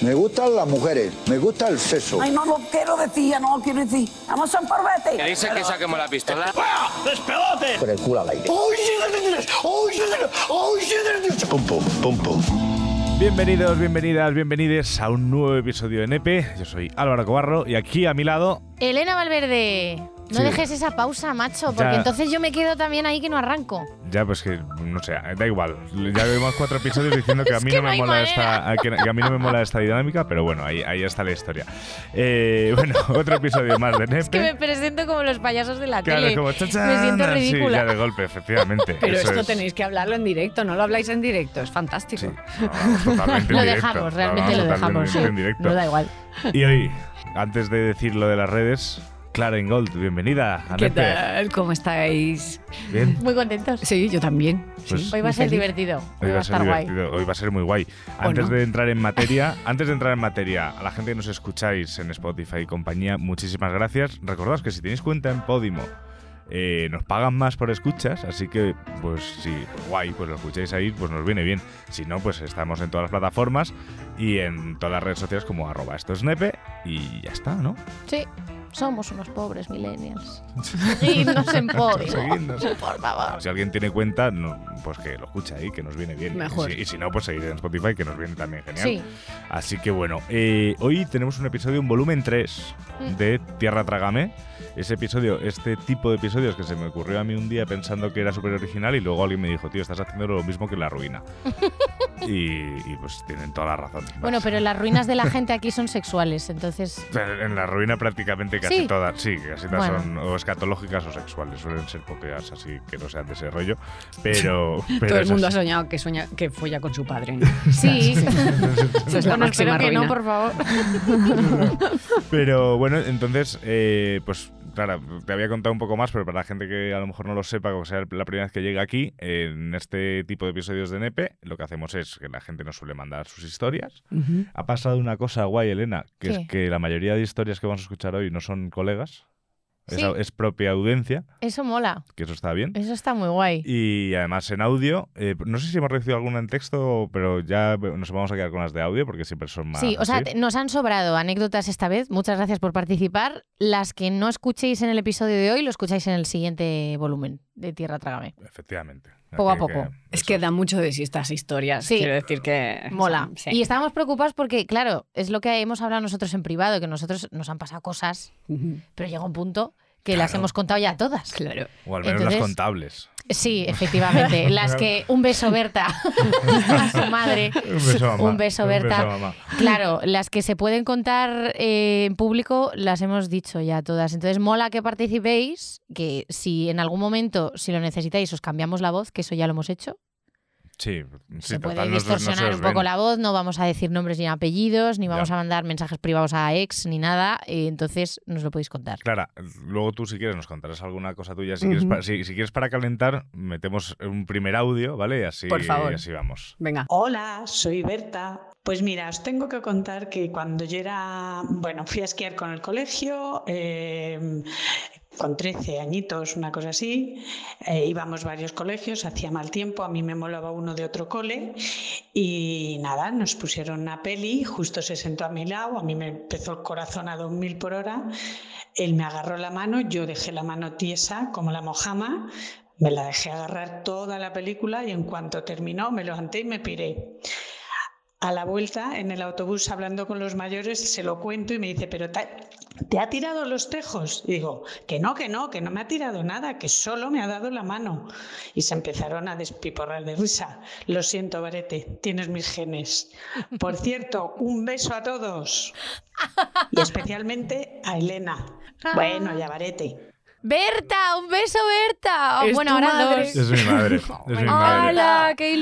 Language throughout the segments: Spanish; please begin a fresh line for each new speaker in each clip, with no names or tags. Me gustan las mujeres, me gusta el sexo.
Ay, no lo quiero decir, ya no lo quiero decir. Vamos a un
Que
parvete.
dice que saquemos la pistola.
Con el culo al aire.
Bienvenidos, bienvenidas, bienvenides a un nuevo episodio de Nepe. Yo soy Álvaro Cobarro y aquí a mi lado.
Elena Valverde, no
Sí.
dejes esa pausa, macho, porque
Ya.
entonces yo me quedo también ahí que no arranco.
Ya, pues que no sé, da igual. Ya vemos cuatro episodios diciendo que a
Es
mí
que
no
no
me
hay
mola
manera.
esta, que, que a mí no me mola esta dinámica, pero bueno, ahí, ahí está la historia. Eh, bueno, otro episodio más de Nepe.
Es que me presento como los payasos de la
Claro,
tele.
como
me
chachán,
siento
así,
ridícula.
ya de golpe, efectivamente.
Pero
Eso
esto
es.
tenéis que hablarlo en directo, no lo habláis en directo, es fantástico.
Sí, no, vamos totalmente
lo
en directo,
dejamos, realmente
vamos
lo dejamos.
totalmente En directo.
No da igual.
Y hoy, antes de decir lo de las redes, Claren Gold, bienvenida a
¿Qué
Nepe.
tal? ¿Cómo estáis?
Bien.
Muy contentos.
Sí, yo también.
Pues-
sí,
Hoy va a
muy
ser
feliz.
divertido.
Hoy va a ser
estar guay.
divertido, hoy va a ser muy guay. Antes
no.
de entrar en materia, antes de entrar en materia, a la gente que nos escucháis en Spotify y compañía, muchísimas gracias. Recordad que si tenéis cuenta en Podimo, eh, nos pagan más por escuchas, así que pues sí, pues, guay, pues lo escucháis ahí, pues nos viene bien. Si no, pues estamos en todas las plataformas y en todas las redes sociales como arroba esto es nepe y ya está, ¿no?
Sí, somos unos pobres millennials. Seguidnos en podio.
Seguidnos.
Por favor.
Si alguien tiene cuenta, no, pues que lo escucha ahí, que nos viene bien.
Mejor.
Y, si, y si no, pues seguid en Spotify, que nos viene también genial.
Sí,
Así que bueno, eh, hoy tenemos un episodio en volumen 3
Mm.
de Tierra Trágame. Ese episodio, este tipo de episodios que se me ocurrió a mí un día pensando que era súper original y luego alguien me dijo, tío, estás haciendo lo mismo que en la ruina. y, y, pues tienen toda la razón.
bueno, pero las ruinas de la gente aquí son sexuales, entonces.
En la ruina prácticamente casi
Sí.
todas, sí, casi todas
Bueno.
son o escatológicas o sexuales, suelen ser pocas así que no sean de ese rollo, pero... pero
Todo el
es
mundo ha
así.
soñado que sueña que folla con su padre. ¿no?
Sí.
Eso es la
bueno, espero
máxima
que
ruina.
no, por favor.
Pero bueno, entonces, eh, pues claro, te había contado un poco más, pero para la gente que a lo mejor no lo sepa, o sea la primera vez que llega aquí, eh, en este tipo de episodios de Nepe, lo que hacemos es que la gente nos suele mandar sus historias.
Ujú.
Ha pasado una cosa guay, Elena, que
¿Qué?
es que la mayoría de historias que vamos a escuchar hoy no son colegas, es,
Sí. Eh.
au- es propia audiencia,
Eso mola.
que eso está bien.
Eso está muy guay.
Y además en audio, eh, no sé si hemos recibido alguna en texto, pero ya nos vamos a quedar con las de audio porque siempre son más.
Sí, o sea,
así.
te- nos han sobrado anécdotas esta vez. Muchas gracias por participar. Las que no escuchéis en el episodio de hoy, lo escucháis en el siguiente volumen de Tierra Trágame.
Efectivamente.
Poco a
Así que
poco.
Es
eso.
que da mucho de sí estas historias.
Sí.
Quiero decir que.
Mola.
Sí.
Y estábamos preocupados porque, claro, es lo que hemos hablado nosotros en privado, que nosotros nos han pasado cosas,
Ujú.
pero llega un punto que las
Claro.
hemos contado ya todas.
Claro.
O al menos
Entonces-
las contables.
Sí, efectivamente. las que un beso Berta a su madre.
Un beso, mamá.
Un beso, Berta.
mamá.
Claro, las que se pueden contar eh, en público las hemos dicho ya todas. Entonces mola que participéis, que si en algún momento, si lo necesitáis, os cambiamos la voz, que eso ya lo hemos hecho.
Sí, sí,
se puede
total, no se- no se
distorsionar
os
un poco
ven.
la voz, no vamos a decir nombres ni apellidos, ni vamos
Ya.
a mandar mensajes privados a ex ni nada, eh, entonces nos lo podéis contar.
Clara, luego tú si quieres nos contarás alguna cosa tuya. Si, quieres,
Ujú.
pa- si, si quieres para calentar, metemos un primer audio, ¿vale? Y Así,
Por favor.
y así vamos.
Venga.
Hola, soy Berta. Pues mira, os tengo que contar que cuando yo era, bueno, fui a esquiar con el colegio, eh, con 13 añitos, una cosa así, eh, íbamos varios colegios, hacía mal tiempo, a mí me molaba uno de otro cole y nada, nos pusieron una peli, justo se sentó a mi lado, a mí me empezó el corazón a 2000 por hora, él me agarró la mano, yo dejé la mano tiesa como la mojama, me la dejé agarrar toda la película y en cuanto terminó me levanté y me piré. A la vuelta, en el autobús, hablando con los mayores, se lo cuento y me dice, pero te, te ha tirado los tejos. Y digo, que no, que no, que no me ha tirado nada, que solo me ha dado la mano. Y se empezaron a despiporrar de risa. Lo siento, Barete, tienes mis genes. Por cierto, un beso a todos. Y especialmente a Elena. Bueno, y a Barete.
Berta, un beso Berta. Oh,
Es
bueno,
tu
ahora
madre.
dos.
Es mi madre. Es mi madre.
¡Hala! ¡Qué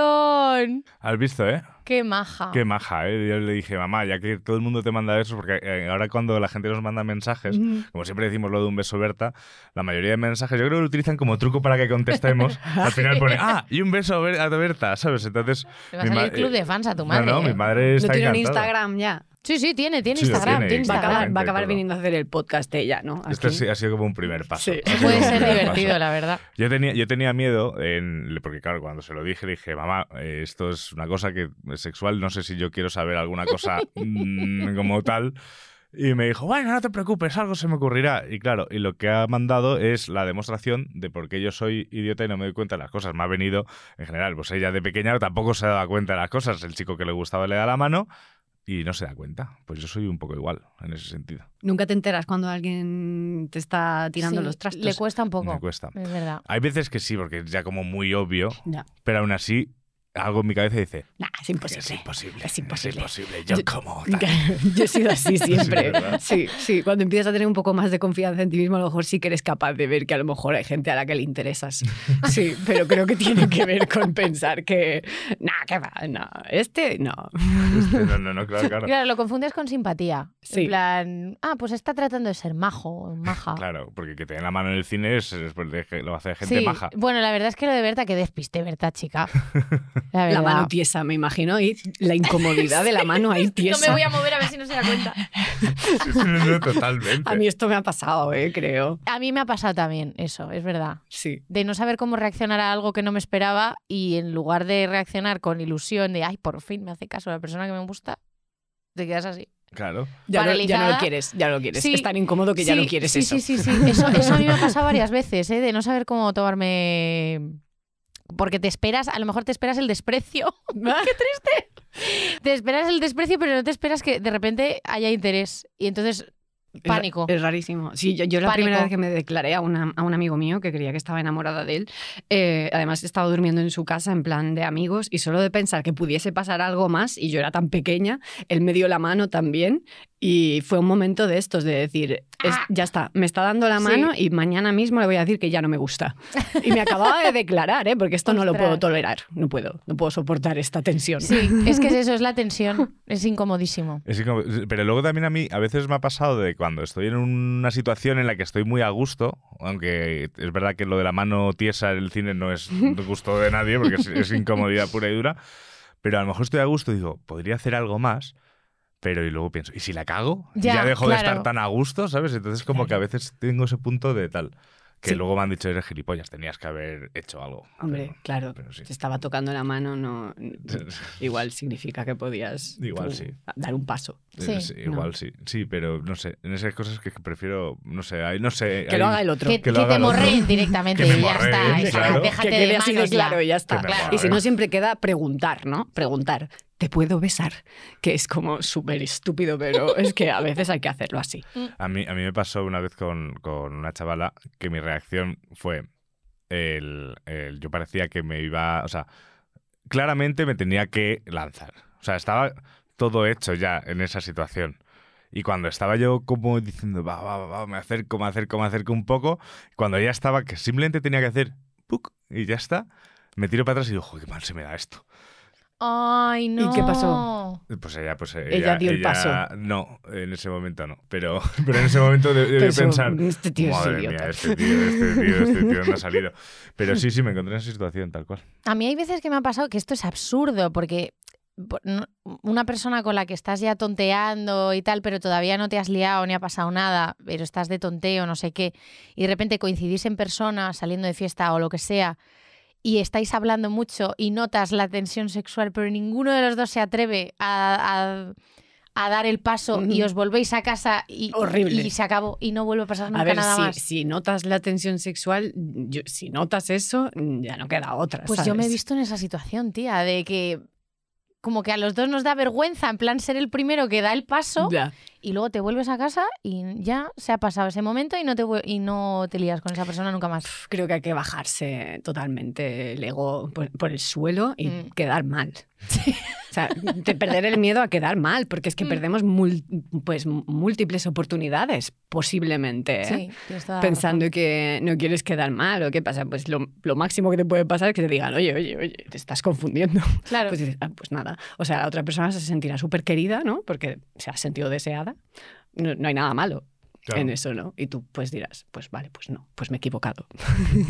ilusión!
Has visto, ¿eh?
¡Qué maja!
Qué maja, ¿eh? Yo le dije, mamá, ya que todo el mundo te manda besos, porque eh, ahora cuando la gente nos manda mensajes, como siempre decimos lo de un beso Berta, la mayoría de mensajes yo creo que lo utilizan como truco para que contestemos. Al final pone, ah, y un beso Ber- a Berta, ¿sabes? Entonces...
Le va a
mi
salir
ma-
club de fans a tu madre.
No, no,
¿eh?
mi madre
No
está
tiene un
encantada.
Instagram ya.
Sí, sí, tiene, tiene
Sí, lo
Instagram.
tiene,
Tiene
Va a
Instagram.
acabar, va a
Exactamente,
acabar
todo.
viniendo a hacer el podcast ella, ¿no?
Esto ha
Aquí.
sido- ha sido como un primer paso.
Sí.
Ha sido
Puede
como un
ser
primer
divertido,
paso.
la verdad.
Yo tenía, yo tenía miedo, en, porque claro, cuando se lo dije, le dije, mamá, eh, esto es una cosa que es sexual, no sé si yo quiero saber alguna cosa mm, como tal. Y me dijo, bueno, no te preocupes, algo se me ocurrirá. Y claro, y lo que ha mandado es la demostración de por qué yo soy idiota y no me doy cuenta de las cosas. Me ha venido, en general, pues ella de pequeña tampoco se daba cuenta de las cosas. El chico que le gustaba le da la mano y no se da cuenta. Pues yo soy un poco igual en ese sentido.
Nunca te enteras cuando alguien te está tirando
Sí,
los trastos.
Le cuesta un poco.
Me cuesta.
Es verdad.
Hay veces que sí, porque es ya como muy obvio,
Ya.
pero aún así algo en mi cabeza dice,
Nah, es imposible.
es imposible,
Es imposible.
yo,
Yo-
como tal".
Yo he sido así siempre.
¿verdad?
Sí, sí, cuando empiezas a tener un poco más de confianza en ti mismo, a lo mejor sí que eres capaz de ver que a lo mejor hay gente a la que le interesas. Sí, pero creo que tiene que ver con pensar que, nah, que va, no, este no.
Este, No, no, no, claro, claro.
Claro, lo confundes con simpatía.
Sí.
En plan, ah, pues está tratando de ser majo o maja.
Claro, porque que te den la mano en el cine es, es pues, de que lo hace gente
Sí,
maja.
Bueno, la verdad es que lo de Berta, que despiste, Berta, chica. La verdad.
La mano tiesa, me imagino, y la incomodidad de la mano ahí tiesa.
a mover a ver si no se da cuenta.
Sí, sí, no, no, totalmente.
A mí esto me ha pasado, eh, creo.
A mí me ha pasado también eso, es verdad.
Sí.
De no saber cómo reaccionar a algo que no me esperaba y en lugar de reaccionar con ilusión de, ay, por fin me hace caso la persona que me gusta, te quedas así.
Claro.
Ya, no, ya no lo
Paralizada.
quieres, ya no lo quieres.
Sí.
Es tan incómodo que ya
Sí,
no quieres
sí,
eso.
Sí, sí, sí. Eso, eso a mí me ha pasado varias veces, ¿eh? de no saber cómo tomarme... Porque te esperas, a lo mejor te esperas el desprecio. Te esperas el desprecio, pero no te esperas que de repente haya interés. Y entonces,
Es-
pánico.
Es, rarísimo. Sí, yo, yo la
Pánico.
primera vez que me declaré a, una- a un amigo mío que creía que estaba enamorada de él, eh, además estaba durmiendo en su casa en plan de amigos y solo de pensar que pudiese pasar algo más y yo era tan pequeña, él me dio la mano también y fue un momento de estos de decir, es- ya está, me está dando la
Ah. Sí.
mano y mañana mismo le voy a decir que ya no me gusta. Y me acababa de declarar, ¿eh? porque esto no lo puedo
Ostras.
tolerar, no puedo, no puedo soportar esta tensión.
Sí, es que es eso, es la tensión. Es incomodísimo.
Es como- pero luego también a mí a veces me ha pasado de cuando estoy en una situación en la que estoy muy a gusto, aunque es verdad que lo de la mano tiesa en el cine no es gusto de nadie porque es, es incomodidad pura y dura, pero a lo mejor estoy a gusto y digo, podría hacer algo más, pero y luego pienso, ¿y si la cago? Ya,
Ya,
dejo de
claro.
estar tan a gusto, ¿sabes? Entonces como que a veces tengo ese punto de tal, que luego me han dicho, eres gilipollas, tenías que haber hecho algo.
Hombre,
Pero-
claro,
pero sí.
te estaba tocando la mano, no, igual significa que podías
Igual
tú,
sí.
dar un paso.
Sí.
Sí, igual sí, sí, pero no sé, en esas cosas que prefiero, no sé, hay- no sé.
Que lo
hay-
haga el otro.
Que,
Que lo
que
haga
te
el otro.
morreen directamente
Que me
y ya
morreen,
está. y
claro.
déjate
que
de
quede así de
manos ya.
claro y ya está.
Que me
Y si no,
morreen.
siempre queda preguntar, ¿no? Preguntar, ¿te puedo besar? Que es como súper estúpido, pero es que a veces hay que hacerlo así.
A mí, a mí me pasó una vez con, con una chavala que mi reacción fue. El, el- yo parecía que me iba. O sea, claramente me tenía que lanzar. O sea, estaba todo hecho ya en esa situación. Y cuando estaba yo como diciendo, va, va, va, va, me acerco, me acerco, me acerco un poco, cuando ya estaba, que simplemente tenía que hacer, ¡puc! y ya está, me tiro para atrás y digo, "Jo, qué mal se me da esto!
Ay, no.
qué pasó?
Pues ella, pues ella,
dio el
ella-
paso.
No, en ese momento no. Pero, pero en ese momento de, de
Pensó,
pensar.
"Este tío es
Madre
idiota".
mía, este tío, este tío, este tío no ha salido. Pero sí, sí, me encontré en esa situación tal cual.
A mí hay veces que me ha pasado que esto es absurdo, porque por- no- una persona con la que estás ya tonteando y tal, pero todavía no te has liado ni ha pasado nada, pero estás de tonteo, no sé qué, y de repente coincidís en persona, saliendo de fiesta o lo que sea, y estáis hablando mucho y notas la tensión sexual, pero ninguno de los dos se atreve a... a- a dar el paso y
Ujú.
os volvéis a casa y,
Mm. Horrible.
y se acabó y no vuelve a pasar nunca
A ver,
nada
si,
más.
si notas la tensión sexual, yo- si notas eso, ya no queda otra.
Pues yo me he
¿sabes?
visto en esa situación, tía, de que como que a los dos nos da vergüenza, en plan ser el primero que da el paso
Ya.
y luego te vuelves a casa y ya se ha pasado ese momento y no te vuel- y no te lías con esa persona nunca más.
Pf, Creo que hay que bajarse totalmente el ego por, por el suelo y
Mm.
quedar mal. O sea, de perder el miedo a quedar mal, porque es que
Mm.
perdemos mul- pues, múltiples oportunidades, posiblemente. ¿eh?
Sí, tienes toda la
Pensando que no quieres quedar mal o qué pasa, pues lo, lo máximo que te puede pasar es que te digan, oye, oye, oye, te estás confundiendo.
razón. Claro.
Pues dices, "Ah, pues nada. O sea, la otra persona se sentirá súper querida, ¿no? Porque se ha sentido deseada. No, no hay nada malo
Claro.
en eso, ¿no? Y tú pues dirás, pues vale, pues no, pues me he equivocado.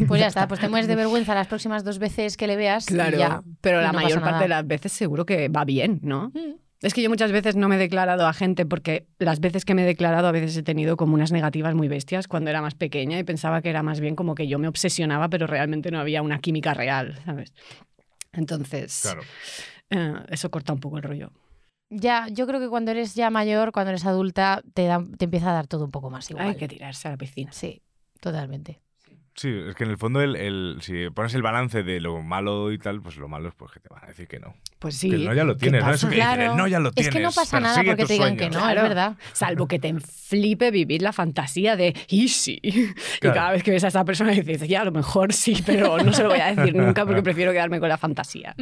pues ya está, pues te mueres de vergüenza las próximas dos veces que le veas. y
Claro,
ya.
pero
Y
la
no pasa
mayor parte de
nada.
las veces seguro que va bien, ¿no?
Mm,
Es que yo muchas veces no me he declarado a gente porque las veces que me he declarado a veces he tenido como unas negativas muy bestias cuando era más pequeña y pensaba que era más bien como que yo me obsesionaba, pero realmente no había una química real, ¿sabes? Entonces,
Claro.
eh, eso corta un poco el rollo.
Ya, yo creo que cuando eres ya mayor, cuando eres adulta, te, da- te empieza a dar todo un poco más igual.
Hay que tirarse a la piscina.
Sí, totalmente.
Sí, es que en el fondo, el, el- si pones el balance de lo malo y tal, pues lo malo es pues, que te van a decir que no.
Pues sí.
que el no ya lo
¿qué
tienes, ¿no?
pasa?
Eso que dicen,
Claro.
el no ya lo
Es
tienes.
que no pasa nada
persigue
porque
tus
te digan que
sueños.
no. es verdad.
Salvo que te flipe vivir la fantasía de y sí.
Claro.
Y cada vez que ves a esa persona dices, ya, a lo mejor sí, pero no se lo voy a decir nunca porque prefiero quedarme con la fantasía.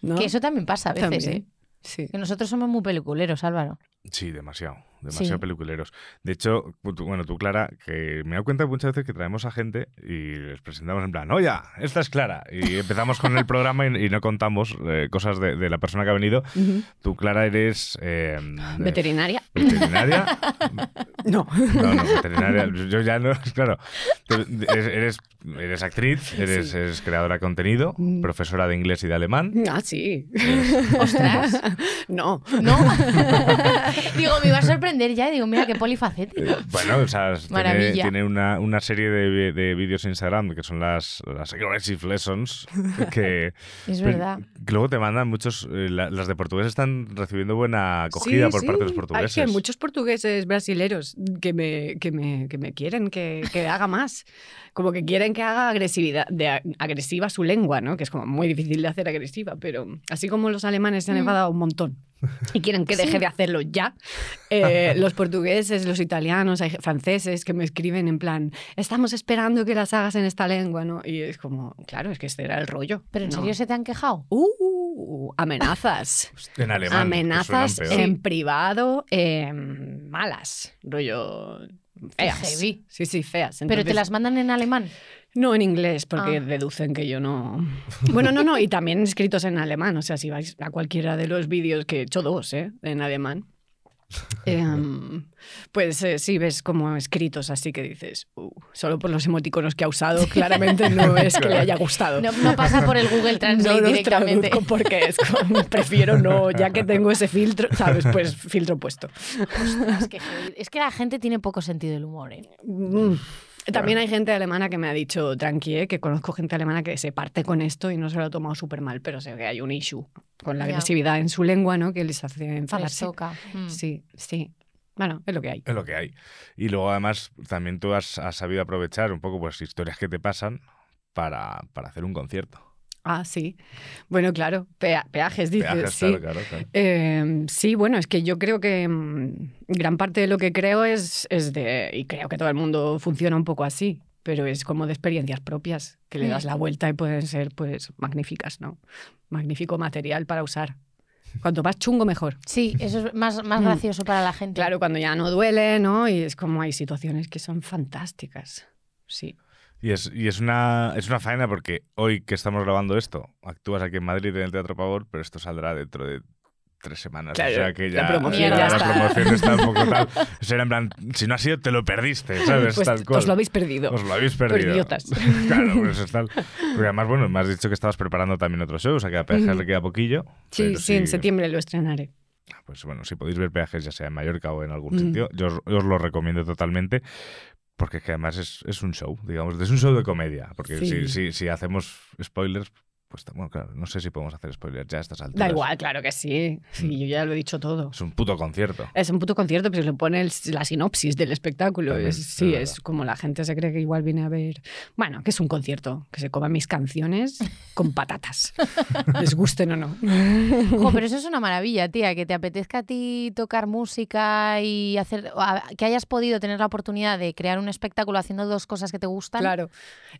¿no?
Que eso también pasa a veces,
Mm. También,
¿eh?
Sí.
Que nosotros somos muy peliculeros, Álvaro.
Sí, demasiado. Demasiado
Sí.
peliculeros. De hecho, pues tú- bueno, tú, Clara, que me he dado cuenta muchas veces que traemos a gente y les presentamos en plan, oye, esta es Clara. Y empezamos con el programa y, y no contamos eh, cosas de, de la persona que ha venido. Tú, Clara, eres... eh,
¿Veterinaria?
Veterinaria.
No.
No, no, veterinaria. Yo ya no, claro. Tú Eres, eres, eres actriz, eres, eres creadora de contenido, profesora de inglés y de alemán.
Ah, sí.
Eres-
Ostras.
No.
No. digo, me iba a sorprender ya. y Digo, mira qué polifacético.
Eh, Bueno, o sea, tiene,
Maravilla.
tiene una, una serie de, vi- de vídeos en Instagram que son las, las Aggressive Lessons, que,
Es
pero-
verdad.
que luego te mandan muchos, eh, la- las de portugués están recibiendo buena acogida por parte de los portugueses.
Hay que muchos portugueses brasileros que me, que me, que me quieren que, que haga más. Como que quieren que haga agresividad, de a- agresiva su lengua, ¿no? Que es como muy difícil de hacer agresiva, pero así como los alemanes se han
Mm.
enfadado un montón y quieren que deje
Sí.
de hacerlo ya, eh, los portugueses, los italianos, hay franceses que me escriben en plan, estamos esperando que las hagas en esta lengua, ¿no? Y es como, claro, es que este era el rollo.
Pero en
¿no?
serio se te han quejado.
Uh, amenazas.
en alemán. que
amenazas
suenan peor.
en privado eh, malas, rollo feas.
heavy.
Sí, sí, feas.
Pero te
Entonces,
las mandan en alemán.
No en inglés, porque
Ah.
deducen que yo no... Bueno, no, no, y también escritos en alemán. O sea, si vais a cualquiera de los vídeos, que he hecho dos, ¿eh? En alemán. em, pues eh, sí, ves como escritos, así que dices, "Uh, solo por los emoticonos que ha usado, claramente no es que le haya gustado.
No, no pasa por el Google Translate
No los
directamente.
traduzco porque es como, prefiero no, ya que tengo ese filtro, ¿sabes? Pues filtro puesto.
Ostras, qué heavy. es que la gente tiene poco sentido del humor, ¿eh?
Mm. También hay gente alemana que me ha dicho, tranqui, eh, que conozco gente alemana que se parte con esto y no se lo ha tomado súper mal, pero sé que hay un issue con la
Ya.
agresividad en su lengua, ¿no? Que les hace
Les
enfadarse.
toca. Mm.
Sí, sí. Bueno, es lo que hay.
Es lo que hay. Y luego, además, también tú has, has sabido aprovechar un poco pues historias que te pasan para, para hacer un concierto.
Ah, sí. Bueno, claro, pea- peajes, dices.
Peajes,
sí.
claro, claro, claro.
Eh, sí, bueno, es que yo creo que mm, gran parte de lo que creo es, es de, y creo que todo el mundo funciona un poco así, pero es como de experiencias propias, que le das la vuelta y pueden ser pues magníficas, ¿no? Magnífico material para usar. Cuanto más chungo, mejor.
Sí, eso es más, más
Mm.
gracioso para la gente.
Claro, cuando ya no duele, ¿no? Y es como hay situaciones que son fantásticas. Sí.
Y, es, y es, una, es una faena porque hoy que estamos grabando esto, actúas aquí en Madrid en el Teatro Pavor, pero esto saldrá dentro de tres semanas.
Claro,
o sea que ya
la promoción
ya
la
está.
promoción está un poco tal. O sea, en plan, si no ha sido, te lo perdiste, ¿sabes?
Pues
tal cual.
os lo habéis perdido.
Os lo habéis
por
perdido.
idiotas.
claro, pues es tal. Porque además, bueno, me has dicho que estabas preparando también otro show, o sea que a Peajes le queda poquillo.
Sí,
pero
sí, en septiembre lo estrenaré.
Pues bueno, si podéis ver Peajes, ya sea en Mallorca o en algún
Mm.
sitio, yo os, yo os lo recomiendo totalmente. Porque es que además es, es un show, digamos, es un show de comedia. Porque si,
Sí.
si, si hacemos spoilers, pues bueno, claro, no sé si podemos hacer spoilers ya a estas alturas.
Da igual, claro que sí.
Mm.
Sí, yo ya lo he dicho todo.
Es un puto concierto.
Es un puto concierto, pero se le pone el- la sinopsis del espectáculo.
También,
Es-
es
sí,
verdad.
es como la gente se cree que igual viene a ver. Bueno, que es un concierto, que se coman mis canciones con patatas. Les gusten o no.
Jo, pero eso es una maravilla, tía, que te apetezca a ti tocar música y hacer o a- que hayas podido tener la oportunidad de crear un espectáculo haciendo dos cosas que te gustan.
Claro.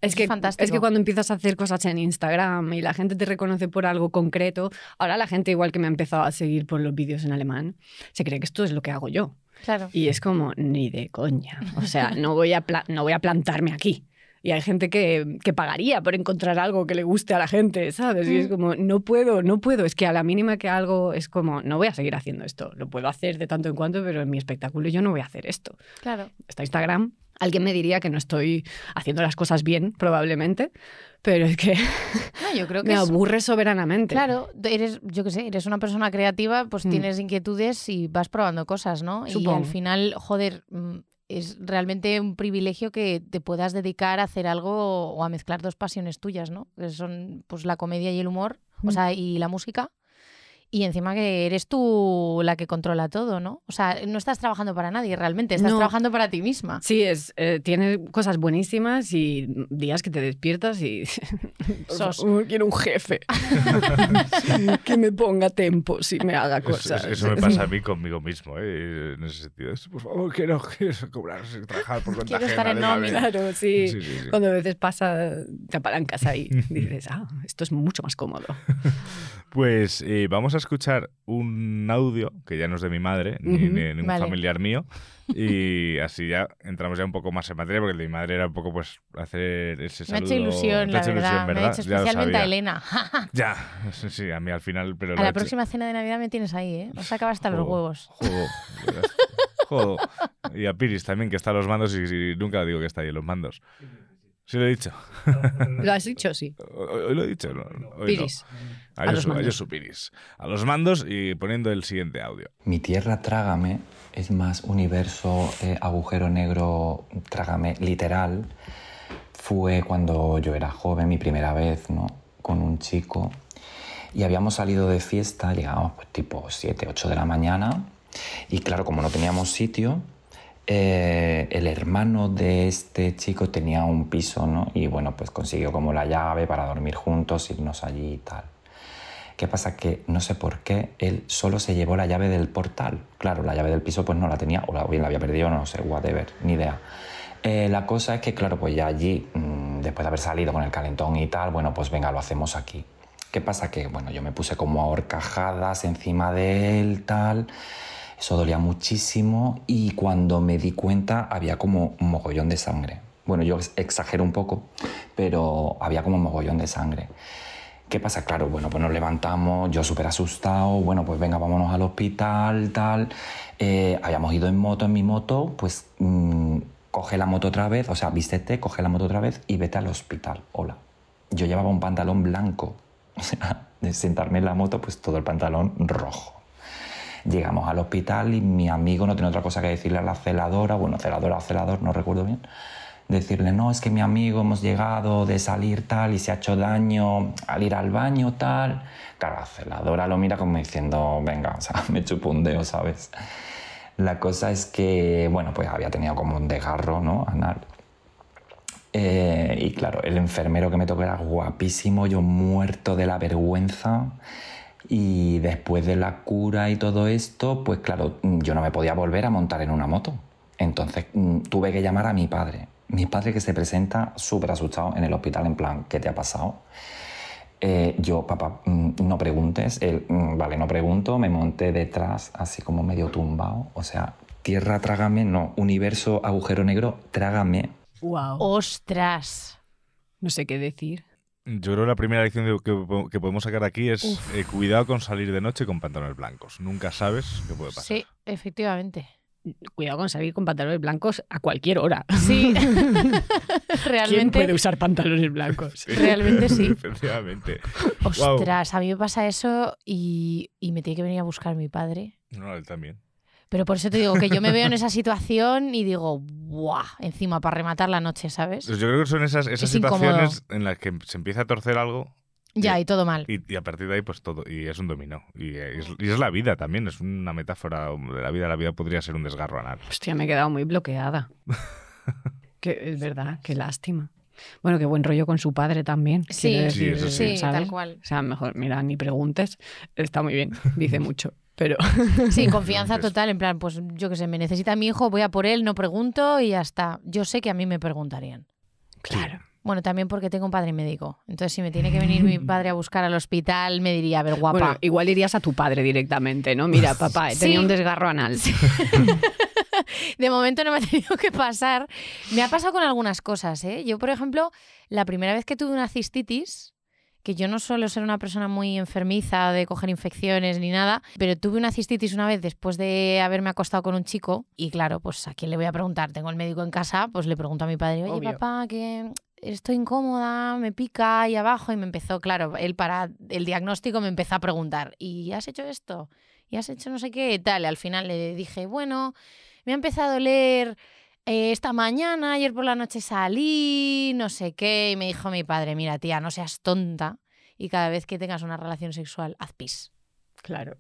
Es
es
que,
fantástico.
es que cuando empiezas a hacer cosas en Instagram y la gente te reconoce por algo concreto, ahora la gente igual que me ha empezado a seguir por los vídeos en alemán, se cree que esto es lo que hago yo.
Claro.
Y es como, ni de coña. O sea, no voy a, pla- no voy a plantarme aquí. Y hay gente que, que pagaría por encontrar algo que le guste a la gente, ¿sabes? Y es
Mm.
como, no puedo, no puedo. Es que a la mínima que algo es como, no voy a seguir haciendo esto. Lo puedo hacer de tanto en cuanto, pero en mi espectáculo yo no voy a hacer esto.
claro.
Está Instagram, Alguien me diría que no estoy haciendo las cosas bien, probablemente, pero es que
No, yo creo que
me
es-
aburre soberanamente.
Claro, eres, yo qué sé, eres una persona creativa, pues
Mm.
tienes inquietudes y vas probando cosas, ¿no? Y
Supongo.
al final, joder, mm, es realmente un privilegio que te puedas dedicar a hacer algo o a mezclar dos pasiones tuyas, ¿no? Que son pues la comedia y el humor, o
Mm.
sea, y la música. Y encima que eres tú la que controla todo, ¿no? O sea, no estás trabajando para nadie realmente, estás
No.
trabajando para ti misma.
Sí, es, eh, tiene cosas buenísimas y días que te despiertas y... Por
Sos.
favor, quiero un jefe que me ponga tempos y me haga
Eso,
cosas.
eso me pasa a mí conmigo mismo, ¿eh? en ese sentido. Es, por favor, quiero, quiero cobrar, trabajar por cuenta
Quiero estar
ajena
en
de una
nómina.
vez.
Claro, sí.
Sí, sí, sí.
Cuando a veces pasa, te apalancas ahí. Dices, ah, esto es mucho más cómodo.
Pues eh, vamos a escuchar un audio que ya no es de mi madre, ni,
Ujú,
ni de ningún
vale.
familiar mío. Y así ya entramos ya un poco más en materia, porque el de mi madre era un poco pues hacer ese
Me ha
saludo.
hecho ilusión,
Te
la
ha hecho
verdad.
ilusión,
Me ha hecho
Ya lo
especialmente a
sabía.
Elena.
Ya, sí, sí, a mí al final, pero...
a la próxima cena de Navidad me tienes ahí, ¿eh? Vas a acabar hasta los huevos.
Jodo, jodo. Y a Piris también, que está a los mandos y, y nunca digo que está ahí en los mandos. Sí lo he dicho.
¿Lo has dicho? Sí.
Hoy, hoy lo he dicho. no, hoy no.
Piris.
A,
A
los
los
su, a
mandos.
ellos su Piris. A los mandos y poniendo el siguiente audio.
Mi tierra trágame es más universo eh, agujero negro trágame literal. Fue cuando yo era joven, mi primera vez, ¿no? Con un chico. Y habíamos salido de fiesta, llegábamos pues tipo 7, 8 de la mañana. Y claro, como no teníamos sitio, eh, el hermano de este chico tenía un piso, ¿no? Y bueno, pues consiguió como la llave para dormir juntos, irnos allí y tal. ¿Qué pasa? Que no sé por qué él solo se llevó la llave del portal. Claro, la llave del piso pues no la tenía, o la, o bien la había perdido, no sé, whatever, ni idea. Eh, la cosa es que, claro, pues ya allí, mm, después de haber salido con el calentón y tal, bueno, pues venga, lo hacemos aquí. ¿Qué pasa? Que, bueno, yo me puse como a horcajadas encima de él, tal. Eso dolía muchísimo y cuando me di cuenta había como un mogollón de sangre. Bueno, yo ex- exagero un poco, pero había como un mogollón de sangre. ¿Qué pasa? Claro, bueno, pues nos levantamos, yo súper asustado, bueno, pues venga, vámonos al hospital, tal. Eh, habíamos ido en moto, en mi moto, pues mm, coge la moto otra vez, o sea, vístete, coge la moto otra vez y vete al hospital. Hola. Yo llevaba un pantalón blanco, o sea, de sentarme en la moto, pues todo el pantalón rojo. Llegamos al hospital y mi amigo no tiene otra cosa que decirle a la celadora, bueno, celadora o celador, no recuerdo bien, decirle, no, es que mi amigo hemos llegado de salir tal y se ha hecho daño al ir al baño tal. Claro, la celadora lo mira como diciendo, venga, o sea, me chupo un dedo, ¿sabes? La cosa es que, bueno, pues había tenido como un desgarro, ¿no? Anal. Eh, y claro, el enfermero que me tocó era guapísimo, yo muerto de la vergüenza. Y después de la cura y todo esto, pues claro, mm, yo no me podía volver a montar en una moto. Entonces mm, tuve que llamar a mi padre. Mi padre que se presenta súper asustado en el hospital, en plan, ¿qué te ha pasado? Eh, yo, papá, mm, no preguntes. Él, "Mm, vale, no pregunto. Me monté detrás, así como medio tumbado. O sea, tierra, trágame. No, universo, agujero negro, trágame.
Wow.
¡Ostras!
No sé qué decir.
Yo creo que la primera lección de- que, po- que podemos sacar de aquí es eh, cuidado con salir de noche con pantalones blancos. Nunca sabes qué puede pasar.
Sí, efectivamente.
Cuidado con salir con pantalones blancos a cualquier hora.
Sí,
¿Quién puede
realmente,
usar pantalones blancos?
realmente sí.
Efectivamente. Guau.
Ostras, a mí me pasa eso y, y me tiene que venir a buscar mi padre.
No, él también.
Pero por eso te digo que yo me veo en esa situación y digo, ¡buah! Encima, para rematar la noche, ¿sabes?
Pues Yo creo que son esas, esas
Es incómodo.
situaciones en las que se empieza a torcer algo
Ya, y todo mal.
Y, y a partir de ahí, pues todo. Y es un dominó. Y es, y es la vida también. Es una metáfora de la vida. La vida podría ser un desgarro anal.
Hostia, me he quedado muy bloqueada. que es verdad, qué lástima. Bueno, qué buen rollo con su padre también.
Sí,
quiero
Sí, eso sí.
Sí,
¿sabes?
tal cual.
O sea, mejor, mira, ni preguntes. Está muy bien, dice mucho. Pero
Sí, confianza
Entonces-
total, en plan, pues yo qué sé, me necesita mi hijo, voy a por él, no pregunto y ya está. Yo sé que a mí me preguntarían.
claro,
Bueno, también porque tengo un padre médico. Entonces, si me tiene que venir mi padre a buscar al hospital, me diría, a ver, guapa.
Bueno, igual irías a tu padre directamente, ¿no? Mira, papá, he
Sí.
tenido un desgarro anal.
De momento no me ha tenido que pasar. Me ha pasado con algunas cosas, ¿eh? Yo, por ejemplo, la primera vez que tuve una cistitis, que yo no suelo ser una persona muy enfermiza de coger infecciones ni nada, pero tuve una cistitis una vez después de haberme acostado con un chico y claro, pues a quién le voy a preguntar, tengo el médico en casa, pues le pregunto a mi padre, oye
Obvio.
papá, que estoy incómoda, me pica ahí abajo y me empezó, claro, él para el diagnóstico me empezó a preguntar, ¿y has hecho esto? ¿Y has hecho no sé qué? Tal, Y al final le dije, bueno, me ha empezado a doler eh, esta mañana, ayer por la noche salí, no sé qué, y me dijo mi padre, mira tía, no seas tonta y cada vez que tengas una relación sexual, haz pis
Claro.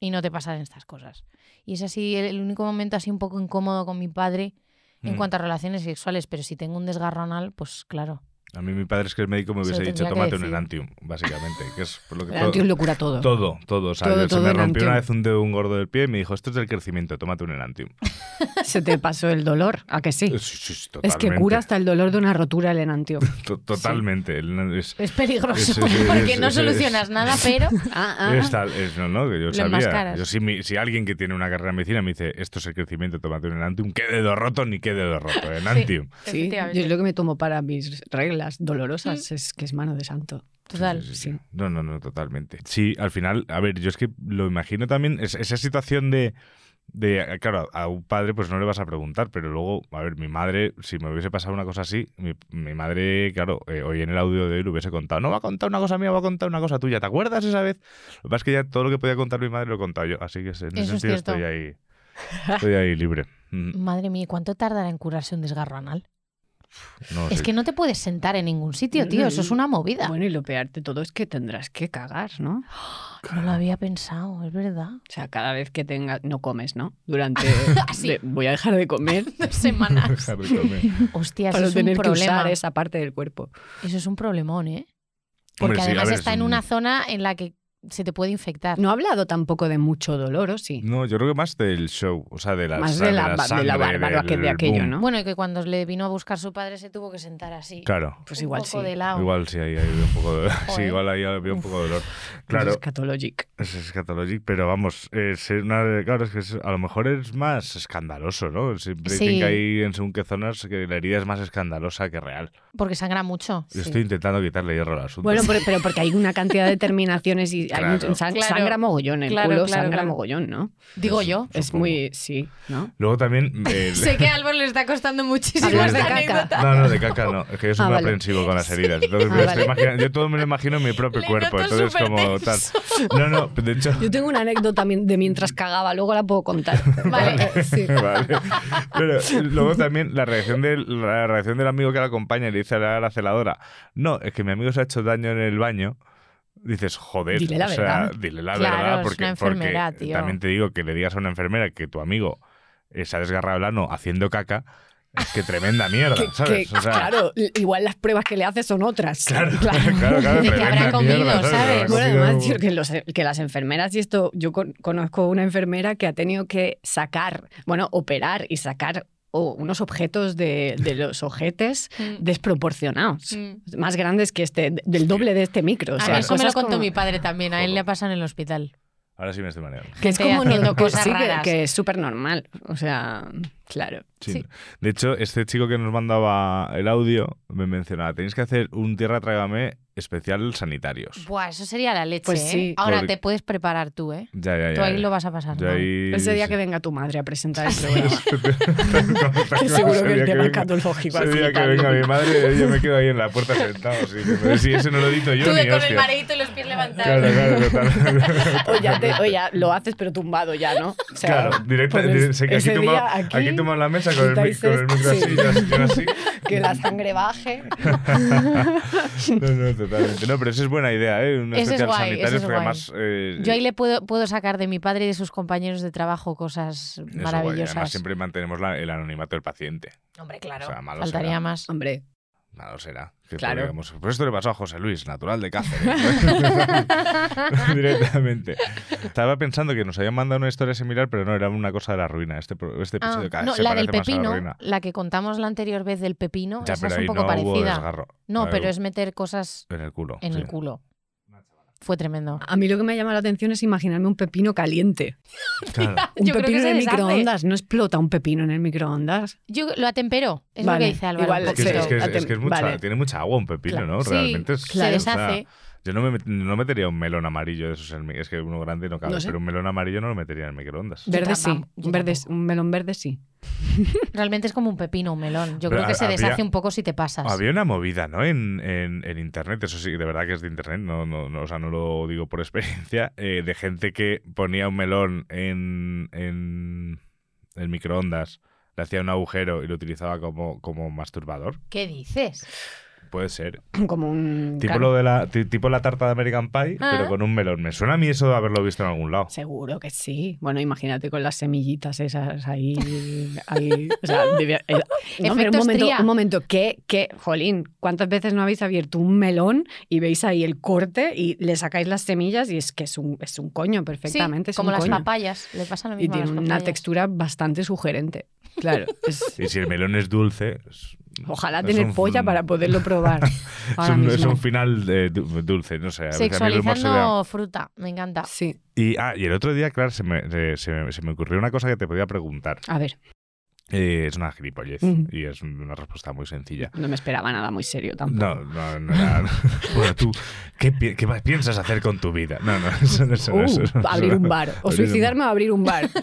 y no te pasan estas cosas. Y es así el, el único momento así un poco incómodo con mi padre en
Mm.
cuanto a relaciones sexuales, pero si tengo un desgarro anal, pues claro.
A mí mi padre es que es médico me
Se lo
hubiese dicho,
tendría que
tómate un
decir".
enantium, básicamente, que es por lo que
El antium lo cura todo.
Todo, todo. O sea,
Todo,
se
todo
me
en
rompió una
Antium.
vez un dedo un gordo del pie y me dijo, esto es del crecimiento, tómate un enantium.
Se te pasó el dolor, ¿a que sí?
Sí, sí, sí,
Es que
totalmente.
cura hasta el dolor de una rotura el enantio.
To- Totalmente. El enan- es-
Es peligroso
Es- es-
porque
es-
no
es-
solucionas nada, pero
Ah,
es tal- es- no, no, que yo
Lo
sabía.
enmascaras.
Yo, si, mi- si alguien que tiene una carrera en medicina me dice, esto es el crecimiento, tómate un enantium, qué dedo roto ni qué dedo roto, enantium.
Sí, yo es lo que me tomo para mis reglas
Mm.
dolorosas, es que es mano de santo.
total.
Sí, sí, sí. No, no, no, totalmente. Sí, al final, a ver, yo es que lo imagino también, es- esa situación de, de, eh, claro, a un padre pues no le vas a preguntar, pero luego, a ver, mi madre, si me hubiese pasado una cosa así, mi, mi madre, claro, eh, hoy en el audio de hoy le hubiese contado, no va a contar una cosa mía, va a contar una cosa tuya, ¿te acuerdas esa vez? Lo que pasa es que ya todo lo que podía contar mi madre lo he contado yo, así que en ese
Eso es
sentido
cierto.
estoy ahí, estoy ahí libre. Mm,
Madre mía, ¿cuánto tardará en curarse un desgarro anal?
No,
Es
sé.
que no te puedes sentar en ningún sitio, tío. Eso es una movida.
Bueno, y lo peor de todo es que tendrás que cagar, ¿no?
no lo había pensado, es verdad.
O sea, cada vez que tengas, no comes, ¿no? Durante,
Así.
de- voy a dejar de comer
Ah, Dos semanas.
Dejar de comer.
Hostia, eso
para no
es un
tener que
problema.
usar esa parte del cuerpo.
Eso es un problemón, ¿eh?
Hombre, sí,
Porque
a
además
ver,
está
es
en
un-
una zona en la que se te puede infectar.
No ha hablado tampoco de mucho dolor, ¿o sí?
No, yo creo que más del show, o sea, de la,
Más
sa-
de la
la
ba- de
sangre,
la barbarie que de
del
aquello,
boom.
¿no?
Bueno, y que cuando le vino a buscar su padre se tuvo que sentar así.
Claro.
Pues
un
igual sí.
poco de lado.
Igual sí, ahí, ahí veo un poco de dolor. Sí,
Joder.
igual ahí veo un poco de dolor.
Es
Claro,
escatologic.
es escatológico, pero vamos, es una, claro, es que es- a lo mejor es más escandaloso, ¿no? Siempre dicen
Sí.
que hay en según qué zonas que la herida es más escandalosa que real.
Porque sangra mucho.
Yo
Sí.
estoy intentando quitarle hierro al asunto.
Bueno, pero, pero porque hay una cantidad de terminaciones y hay
Claro.
mucho- sang-
Claro.
sangra mogollón, el
Claro,
culo
claro,
sangra
claro.
mogollón, ¿no?
Digo yo.
Es
Supongo.
muy, sí, ¿no?
Luego también... el-
sé que a Álvaro le está costando muchísimo
Hablar de
esta
caca.
anécdota.
No, no, de caca no. Es que yo soy
Ah,
muy
vale.
aprensivo con las heridas. Entonces me
Ah,
estoy
vale.
imaginando- yo todo me lo imagino en mi propio
Le
cuerpo.
noto
Entonces como tal.
supertenso.
No, no, de hecho...
Yo tengo una anécdota mi- de mientras cagaba, luego la puedo contar.
Vale.
Sí.
Vale. Eh, Pero luego también la reacción, del, la reacción del amigo que la acompaña y le dice a la, a la celadora, no, es que mi amigo se ha hecho daño en el baño. Dices, joder,
Dile la
o sea,
verdad.
dile la
Claro,
verdad,
es
porque,
una
porque
enfermedad, tío.
también te digo que le digas a una enfermera que tu amigo eh, se ha desgarrado el ano haciendo caca, es que tremenda mierda,
Que-
¿sabes?
que,
O sea,
claro, igual las pruebas que le haces son otras.
claro, claro, claro,
De que habrá
tremenda
comido,
mierda,
¿sabes?
Habrá
Bueno,
comido-
además, tío, que, los- que las enfermeras, y esto, yo con- conozco una enfermera que ha tenido que sacar, bueno, operar y sacar oh, unos objetos de, de los ojetes desproporcionados,
Mm.
más grandes que este, del doble de este micro. O
A
sea,
mí eso me lo
cosas
contó
como-
mi padre también. A él
Joder.
le ha pasado en el hospital.
Ahora sí me estoy mareando.
Que es
Gente
como
haciendo
no- que
cosas
sí, que-
raras.
que es súper normal. O sea, claro.
Sí.
Sí.
De hecho, este chico que nos mandaba el audio me mencionaba, tenéis que hacer un Tierra Trágame especial sanitarios.
Buah, eso sería la leche,
Pues
¿eh?
sí.
Ahora
Porque-
te puedes preparar tú, ¿eh?
Ya, ya, ya.
Tú ahí
ya.
lo vas a pasar.
Yo
mal.
ahí-
Ese día
sí.
que venga tu madre a presentar el programa.
Ese
que seguro que
día
el tema
venga-
escatológico
Ese
así,
día que
tal.
venga mi madre, yo me quedo ahí en la puerta sentado. así que, pero si ese no lo edito yo, ni hostia.
mareito y los pies
Claro, claro, total.
O ya, te- o ya lo haces, pero tumbado ya, ¿no? O sea,
Claro, directa,
pones
di- sé que aquí
ese
tumbado-
día
aquí, tumbado en la mesa con el, mi-
quitáis
con el micro
esto,
así, yo así, yo así.
que la sangre baje.
No, no, totalmente. No, pero esa es buena idea, ¿eh? Un
Ese es
especial
guay, ese
sanitario,
es
porque
guay.
además... eh,
Yo ahí le puedo, puedo sacar de mi padre y de sus compañeros de trabajo cosas
eso, guay. Además,
maravillosas.
siempre mantenemos la- el anonimato del paciente.
Hombre, claro.
O sea, malo
Faltaría
será.
más.
Hombre,
Malo será. Que
Claro.
podríamos- Pues esto le pasó a José Luis, natural de Cáceres. Directamente. Estaba pensando que nos habían mandado una historia similar, pero no, era una cosa de la ruina. Este, pro- este
Ah,
episodio cada
no,
vez se
la del
parece más a
pepino,
la
la,
ruina.
que contamos la anterior vez del pepino,
Ya,
esa
pero
es un
ahí
poco
no hubo
parecida.
desgarro.
No,
Ahí
pero
hubo-
es meter cosas
En el culo.
en
sí.
el culo. fue tremendo.
A mí lo que me llama la atención es imaginarme un pepino caliente.
Claro.
Un
Yo creo
pepino
que
en
se
el
deshace.
microondas. No explota un pepino en el microondas.
Yo lo atemperó, es
Vale,
lo que dice Álvaro.
igual,
un
Es que,
poquito.
es que es-
Atem-
es que es mucha-
vale.
tiene mucha agua un pepino, ¿no?
Sí,
Realmente es-
claro.
o
se
sea,
deshace.
yo no, me met- no metería un melón amarillo de esos en el mi- Es que uno grande no cabe,
No sé.
pero un melón amarillo no lo metería en el microondas.
Yo
Verde sí.
tampoco, yo
Verde,
tampoco.
un melón verde sí.
Realmente es como un pepino, un melón. Yo
Pero
creo que se
había-
deshace un poco si te pasas.
Había una movida, ¿no? En, en- en internet, eso sí, de verdad que es de internet, no, no, no, o sea, no lo digo por experiencia, eh, de gente que ponía un melón en, en el microondas, le hacía un agujero y lo utilizaba como, como masturbador.
¿Qué dices?
Puede ser.
Como un.
Tipo,
car-
lo de la, ti- tipo la tarta de American Pie,
Ah.
pero con un melón. Me suena a mí eso de haberlo visto en algún lado.
Seguro que sí. Bueno, imagínate con las semillitas esas ahí. ahí o sea, debía- eh, no, pero
Efecto
un momento,
estría.
un momento. ¿Qué, qué, jolín, ¿cuántas veces no habéis abierto un melón y veis ahí el corte y le sacáis las semillas y es que es un, es un coño perfectamente?
Sí,
es
como
un
las
coño.
papayas. Le pasa lo
Y
mismo a
tiene
las
una
papayas.
textura bastante sugerente. Claro. es-
Y si el melón es dulce. es-
Ojalá
es
tener
un-
polla para poderlo probar.
Es
ahora
un, es
mismo.
un final eh, du- dulce, no sé. a veces a mí el humor se me da.
Sexualizando fruta, me encanta.
Sí.
Y, ah, y el otro día, claro, se me, se- se me- se me ocurrió una cosa que te podía preguntar.
A ver,
Eh, es una gilipollez
Ujú.
y es una respuesta muy sencilla.
no me esperaba nada muy serio tampoco.
No, no, no. era- bueno, tú, ¿qué, pi- qué más piensas hacer con tu vida? No, no, eso no eso no,
Uh,
eso no, eso
abrir
no.
un bar. O
Abrir un
suicidarme o abrir un bar. que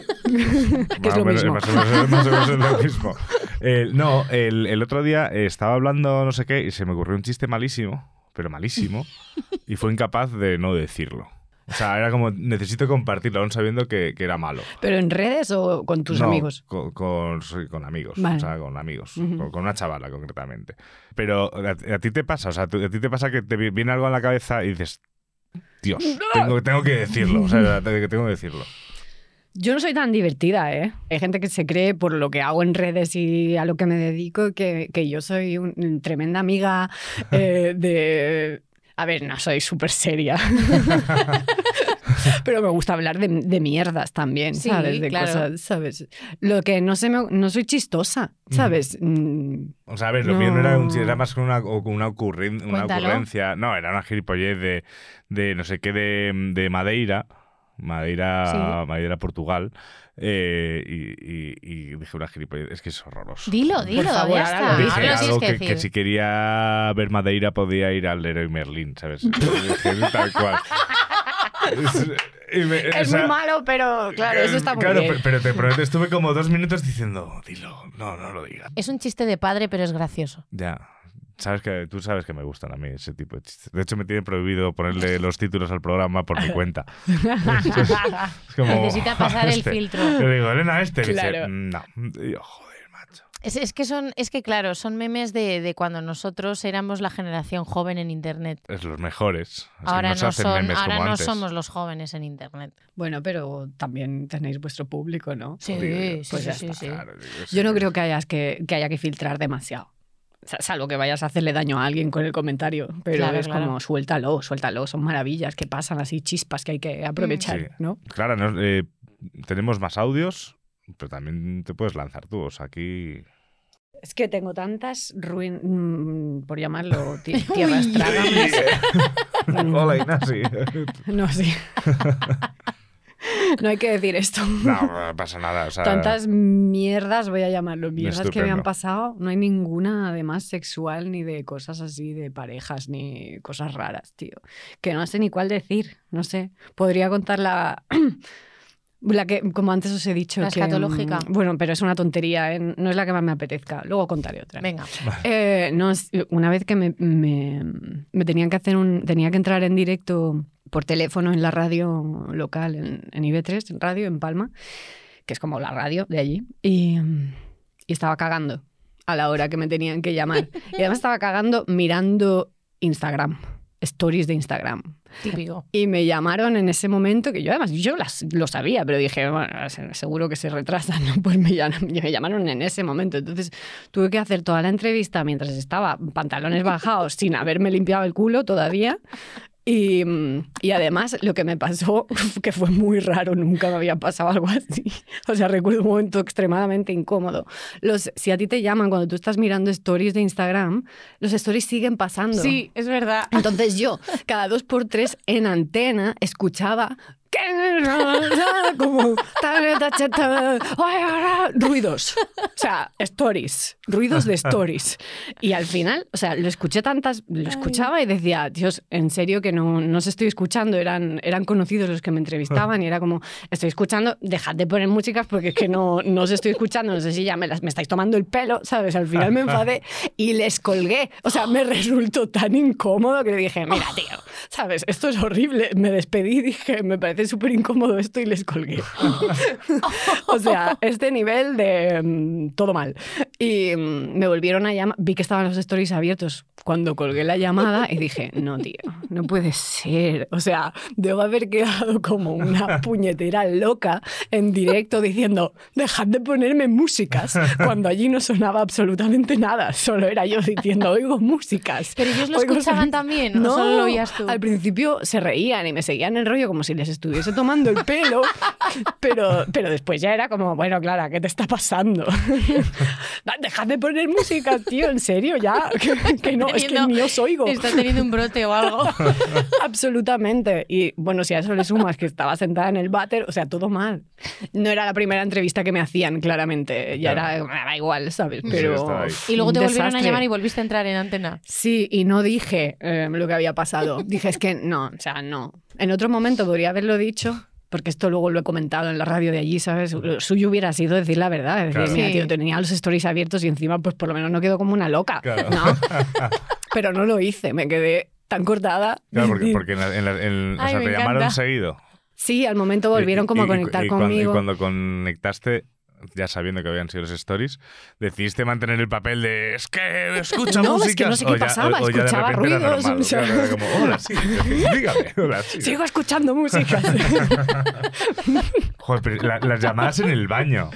es
Más o
lo
menos-
mismo.
Más o menos, más o menos es lo mismo. El- no, el, el otro día eh, estaba hablando no sé qué y se me ocurrió un chiste malísimo, pero malísimo, y fue incapaz de no decirlo. O sea, era como, necesito compartirlo, aún sabiendo que, que era malo.
¿Pero en redes o con tus
No,
amigos?
Con, con- sí, con amigos,
Vale.
o sea, con amigos,
Ujú.
con, con una chavala concretamente. Pero a, a ti te pasa, o sea, tú- a ti te pasa que te vi- viene algo en la cabeza y dices, Dios, tengo, tengo que decirlo, o sea, te- que tengo que decirlo.
Yo no soy tan divertida, ¿eh? Hay gente que se cree por lo que hago en redes y a lo que me dedico que, que yo soy una tremenda amiga eh, de... A ver, no soy súper seria. Pero me gusta hablar de, de mierdas también,
Sí,
¿sabes? De
claro.
cosas, ¿sabes? Lo que no se me... No soy chistosa, ¿sabes? Mm,
O sea, a ver, lo mío no era un chiste,
No.
era más con una, o con una, ocurren- una
Cuéntalo.
ocurrencia. No, era una gilipollez de, de no sé qué de, de Madeira. Madeira, Madeira, Portugal. eh, y, y- y dije una gilipollez. Es que es horroroso.
Dilo, dilo,
favor,
ya
ahora lo
está.
dices.
Ahora
Dije
lo
algo
tienes que
que, que
decir.
si quería ver Madeira podía ir al Leroy Merlin, ¿sabes? Dije, Tal cual. Es, y me- o
Es
sea,
muy malo, pero claro, eso está muy
claro,
bien.
pe- pero te prometo, estuve como dos minutos diciendo, dilo, no, no lo digas.
Es un chiste de padre, pero es gracioso.
Ya. Sabes que tú sabes que me gustan a mí ese tipo de chistes. De hecho, me tienen prohibido ponerle los títulos al programa por mi cuenta. Es como,
Necesita pasar el
este.
filtro.
Yo digo, Elena, este. Me Dice,
Claro.
no. Y yo, joder, macho.
Es, es que son, es que claro, son memes de, de cuando nosotros éramos la generación joven en internet.
Es los mejores. Es que
ahora
se
no,
Pues hacen
son,
memes
ahora
como
no
antes.
somos los jóvenes en internet.
Bueno, pero también tenéis vuestro público, ¿no?
Sí,
Digo yo,
sí,
pues
sí,
ya
sí,
está,
sí.
Claro, digo, sí.
Yo no creo que, hayas que, que haya que filtrar demasiado. Sa- Salvo que vayas a hacerle daño a alguien con el comentario, pero
Claro,
es
claro.
como suéltalo, suéltalo, son maravillas que pasan así, chispas que hay que aprovechar,
Sí.
¿no?
Clara, nos- eh, tenemos más audios, pero también te puedes lanzar tú. O sea, aquí.
Es que tengo tantas ruinas, por llamarlo, ti- tierras trágamas. Mm,
Hola, Inasi.
No, sí. no hay que decir esto.
no, no pasa nada. O sea,
Tantas mierdas, voy a llamarlo, mierdas que me
Estupendo.
han pasado. No hay ninguna, además, sexual, ni de cosas así, de parejas, ni cosas raras, tío. Que no sé ni cuál decir, no sé. Podría contar la... La que, como antes os he dicho.
La
que, mm,
escatológica.
Bueno, pero es una tontería, ¿eh? no es la que más me apetezca. Luego contaré otra.
Venga.
Eh, no, es- una vez que me, me, me tenían que hacer un. tenía que entrar en directo por teléfono en la radio local, en, en IB3, en radio en Palma, que es como la radio de allí, y, mm, y estaba cagando a la hora que me tenían que llamar. Y además estaba cagando mirando Instagram, stories de Instagram.
Típico.
Y me llamaron en ese momento, que yo además yo las, lo sabía, pero dije, bueno, se- seguro que se retrasan, ¿no? Pues me, llam- me llamaron en ese momento. Entonces tuve que hacer toda la entrevista mientras estaba pantalones bajados, sin haberme limpiado el culo todavía. Y, mm, y además lo que me pasó, que fue muy raro, nunca me había pasado algo así. O sea, recuerdo un momento extremadamente incómodo. Los, si a ti te llaman cuando tú estás mirando stories de Instagram, los stories siguen pasando.
Sí, es verdad.
Entonces yo, cada dos por tres en antena, escuchaba como ruidos, o sea, stories, ruidos de stories. Y al final, o sea, lo escuché tantas, lo escuchaba y decía, Dios, en serio que no, no os estoy escuchando, eran, eran conocidos los que me entrevistaban y era como, estoy escuchando, dejad de poner músicas porque es que no, no os estoy escuchando, no sé si ya me, las, me estáis tomando el pelo, ¿sabes? Al final me enfadé y les colgué. O sea, me resultó tan incómodo que dije, mira, tío, ¿sabes? Esto es horrible. Me despedí y dije, me parece súper incómodo esto y les colgué. o sea, este nivel de mm, todo mal. Y mm, me volvieron a llamar, vi que estaban los stories abiertos cuando colgué la llamada y dije, no, tío, no puede ser. O sea, debo haber quedado como una puñetera loca en directo diciendo, dejad de ponerme músicas, cuando allí no sonaba absolutamente nada, solo era yo diciendo, oigo músicas.
Pero ellos lo
Oigo
escuchaban
sonido".
también, ¿o
no,
solo lo oías tú?
Al principio se reían y me seguían el rollo como si les estuviese tomando el pelo, pero, pero después ya era como, bueno, Clara, ¿qué te está pasando? Dejad de poner música, tío, en serio, ya, que, que no, es que
Teniendo-
ni os oigo.
Estás teniendo un brote o algo.
Absolutamente. Y bueno, si a eso le sumas que estaba sentada en el váter, o sea, todo mal. No era la primera entrevista que me hacían, claramente. Ya
Claro.
era, "Ah, da igual, ¿sabes?
Sí,
Pero.
estaba ahí.
Y luego te volvieron a
desastre.
llamar y volviste a entrar en antena.
Sí, y no dije eh, lo que había pasado. Dije, es que no, o sea, no. En otro momento podría haberlo dicho, porque esto luego lo he comentado en la radio de allí, ¿sabes? Lo suyo hubiera sido decir la verdad. Decir,
Claro.
mira,
Sí.
tío, tenía los stories abiertos y encima, pues por lo menos no quedo como una loca.
Claro.
No. Pero no lo hice, me quedé tan cortada.
Claro, porque, porque en la- en la- en- o
Ay,
sea,
me
te llamaron
encanta.
seguido.
Sí, al momento volvieron
Y-
como
y-
a
y-
conectar
y cuando-
conmigo.
y cuando conectaste, ya sabiendo que habían sido los stories, decidiste mantener el papel de es que escucha
No, es que
música.
no sé qué
O ya-
pasaba,
o ya de
escuchaba
repente era
ruidos,
normal,
o sea.
claro, era como, hola, sí, dígame, hola, sí.
Sigo escuchando música.
Joder, pero la- las llamadas en el baño.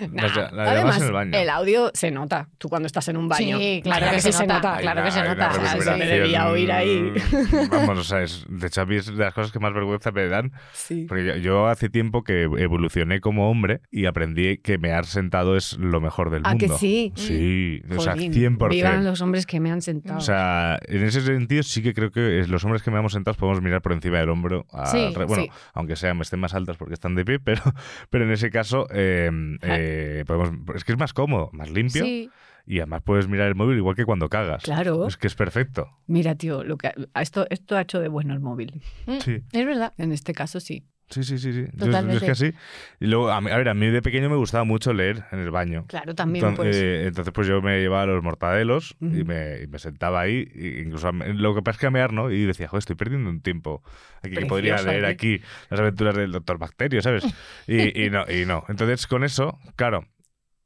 Nah,
Las, lla- las llamadas
Además,
en el baño.
audio se nota. Tú cuando estás en un baño.
Sí, claro que se nota,
Ah,
Hay
claro
una-
que se
hay una
nota. O sea, se
recuperación-
me debía oír ahí.
Vamos, o sea, es- de hecho a mí es de las cosas que más vergüenza me dan
Sí.
Porque yo, yo hace tiempo que evolucioné como hombre y aprendí que mear sentado es lo mejor del
¿A
mundo.
Ah, que sí?
Sí, o sea,
Jolín,
100%.
Vivan los hombres que me han sentado.
O sea, en ese sentido sí que creo que es- los hombres que meamos sentados podemos mirar por encima del hombro. a-
Sí,
re- bueno,
sí.
aunque sean estén más altas porque están de pie, pero, pero en ese caso eh, eh, podemos, es que es más cómodo, más limpio
Sí.
y además puedes mirar el móvil igual que cuando cagas.
Claro.
Es que es perfecto.
Mira, tío, lo que a esto, esto ha hecho de bueno el móvil.
Mm,
Sí.
Es verdad.
En este caso, sí.
Sí, sí, sí, sí. Yo- Yo, es
Totalmente.
que así. Y luego, a, mí- a ver, a mí de pequeño me gustaba mucho leer en el baño.
Claro, también,
Enton-
pues.
eh, entonces, pues yo me llevaba los mortadelos y,
Ujú.
me, y me sentaba ahí. y incluso a- lo que pasa es que a mear, ¿no? Y decía, joder, estoy perdiendo un tiempo. Aquí que podría
Precioso,
leer
¿eh?
aquí las aventuras del doctor Bacterio, ¿sabes? Y, y no, y no. Entonces, con eso, claro,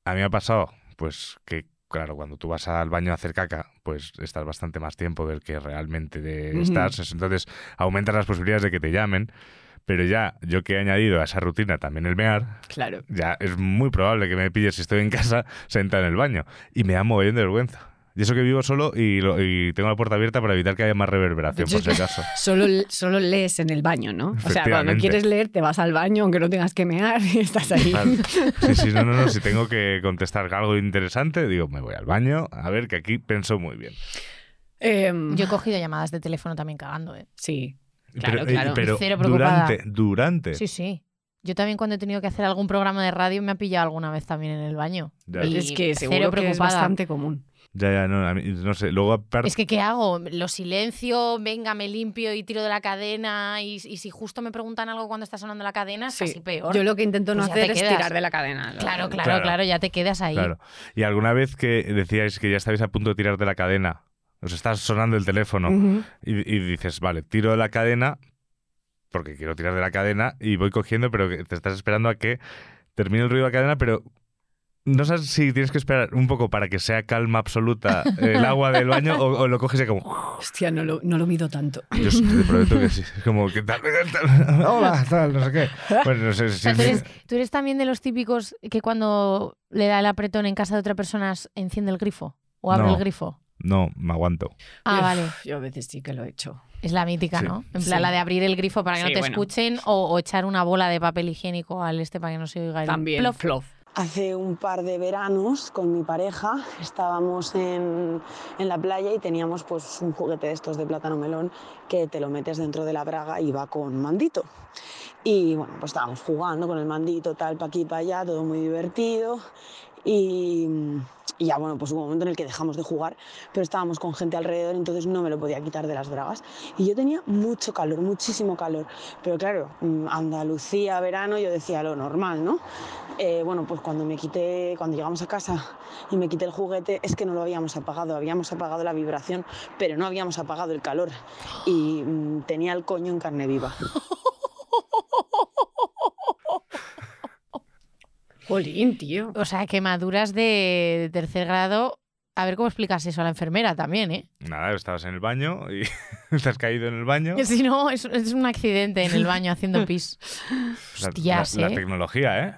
a mí me ha pasado, pues que. Claro, cuando tú vas al baño a hacer caca, pues estás bastante más tiempo del que realmente de-
Ujú.
estás. Entonces, aumentas las posibilidades de que te llamen. Pero ya, yo que he añadido a esa rutina también el mear,
Claro.
ya es muy probable que me pilles si estoy en casa sentado en el baño. Y me da mogollón de vergüenza. Y eso que vivo solo y, lo- y tengo la puerta abierta para evitar que haya más reverberación, por si acaso.
Solo, solo lees en el baño, ¿no? O sea, cuando
Efectivamente.
quieres leer, te vas al baño, aunque no tengas que mear, y estás ahí.
Claro. Sí, sí, no, no, no. Si tengo que contestar algo interesante, digo, me voy al baño. A ver, que aquí pienso muy bien.
Em,
Yo he cogido llamadas de teléfono también cagando, ¿eh?
Sí. Claro,
pero eh,
claro.
pero
Cero preocupada.
durante, durante.
Sí, sí. Yo también cuando he tenido que hacer algún programa de radio me ha pillado alguna vez también en el baño.
Ya.
Y
es que
cero
seguro que es
preocupada.
bastante común.
Ya, ya, no, a mí- no sé. Luego, aparte.
Es que, ¿qué hago? Lo silencio, venga, me limpio y tiro de la cadena. Y, y si justo me preguntan algo cuando está sonando la cadena, es
Sí.
casi peor.
Yo lo que intento no
Pues ya
hacer
te
es
quedas.
tirar de la cadena.
Claro, claro,
Claro.
claro, ya te quedas ahí.
Claro. Y alguna vez que decíais que ya estabais a punto de tirar de la cadena, os está sonando el teléfono.
Ujú.
Y, y dices, vale, tiro de la cadena, porque quiero tirar de la cadena, y voy cogiendo, pero que te estás esperando a que termine el ruido de la cadena, pero no sabes si tienes que esperar un poco para que sea calma absoluta el agua del baño, o, o lo coges y como...
Hostia, no lo, no lo mido tanto.
Yo sí, te prometo que sí. Es como, ¿qué tal? ¿Qué tal? Hola, tal, no sé qué. Bueno, no sé
O
si...
sea, tú, eres, tú eres también de los típicos que cuando le da el apretón en casa de otra persona s- enciende el grifo o abre
No.
el grifo.
No, me aguanto.
Ah,
Uf,
vale.
Yo a veces sí que lo he hecho.
Es la mítica,
Sí.
¿no? En plan,
Sí.
la de abrir el grifo para que
Sí,
no te
bueno.
escuchen o, o echar una bola de papel higiénico al este para que no se oiga el
También.
plof.
plof.
Hace un par de veranos con mi pareja estábamos en, en la playa y teníamos pues un juguete de estos de plátano melón que te lo metes dentro de la braga y va con mandito. Y bueno, pues estábamos jugando con el mandito, tal, pa' aquí, pa' allá, todo muy divertido. Y, y ya bueno, pues hubo un momento en el que dejamos de jugar, pero estábamos con gente alrededor, entonces no me lo podía quitar de las bragas. Y yo tenía mucho calor, muchísimo calor. Pero claro, mm, Andalucía, verano, yo decía lo normal, ¿no? Eh, bueno, pues cuando me quité, cuando llegamos a casa y me quité el juguete, es que no lo habíamos apagado, habíamos apagado la vibración, pero no habíamos apagado el calor. Y mm, tenía el coño en carne viva.
Jolín, tío.
O sea, quemaduras de tercer grado. A ver cómo explicas eso a la enfermera también, ¿eh?
Nada, estabas en el baño y te has caído en el baño.
Que Si no, es, es un accidente en el baño haciendo pis.
La-
Hostias,
la, la
¿eh?
tecnología, ¿eh?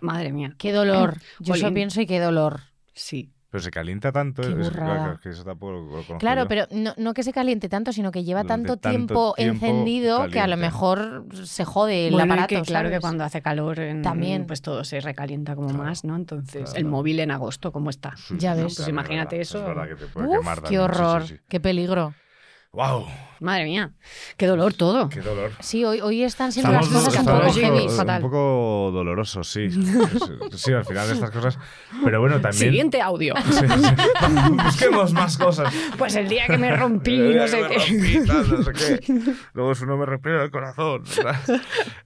Madre mía.
Qué dolor. Yo
Jolín.
eso pienso y qué dolor.
Sí.
Pero se calienta tanto.
Qué
es-
burrada.
claro, que eso tampoco lo conozco
Claro,
yo.
pero no, no que se caliente tanto, sino que lleva
Durante
tanto,
tanto
tiempo,
tiempo
encendido que a
caliente.
lo mejor se jode el
Bueno, y
aparato.
que claro
¿sabes?
que cuando hace calor en-
También.
pues todo se recalienta como
Claro,
más, ¿no? Entonces, el
claro.
móvil en agosto, ¿cómo está?
Sí,
Ya
sí,
ves.
claro,
Pues imagínate
es verdad,
eso.
es verdad que te puede
Uf,
quemar
qué
también, sí, sí,
horror,
sí.
qué peligro.
¡Guau!
Madre mía. Qué dolor todo.
¡Qué dolor!
Sí, hoy, hoy están siendo
Estamos,
las cosas un
estamos eh,
poco
escatológicos.
heavy.
un
fatal.
poco dolorosos, sí. Sí, al final estas cosas. Pero bueno, también.
Siguiente audio.
Sí, sí. Busquemos más cosas.
Pues el día que me rompí, no sé
Me
qué.
rompí, tal, no sé qué. Luego su nombre respira el corazón. ¿verdad?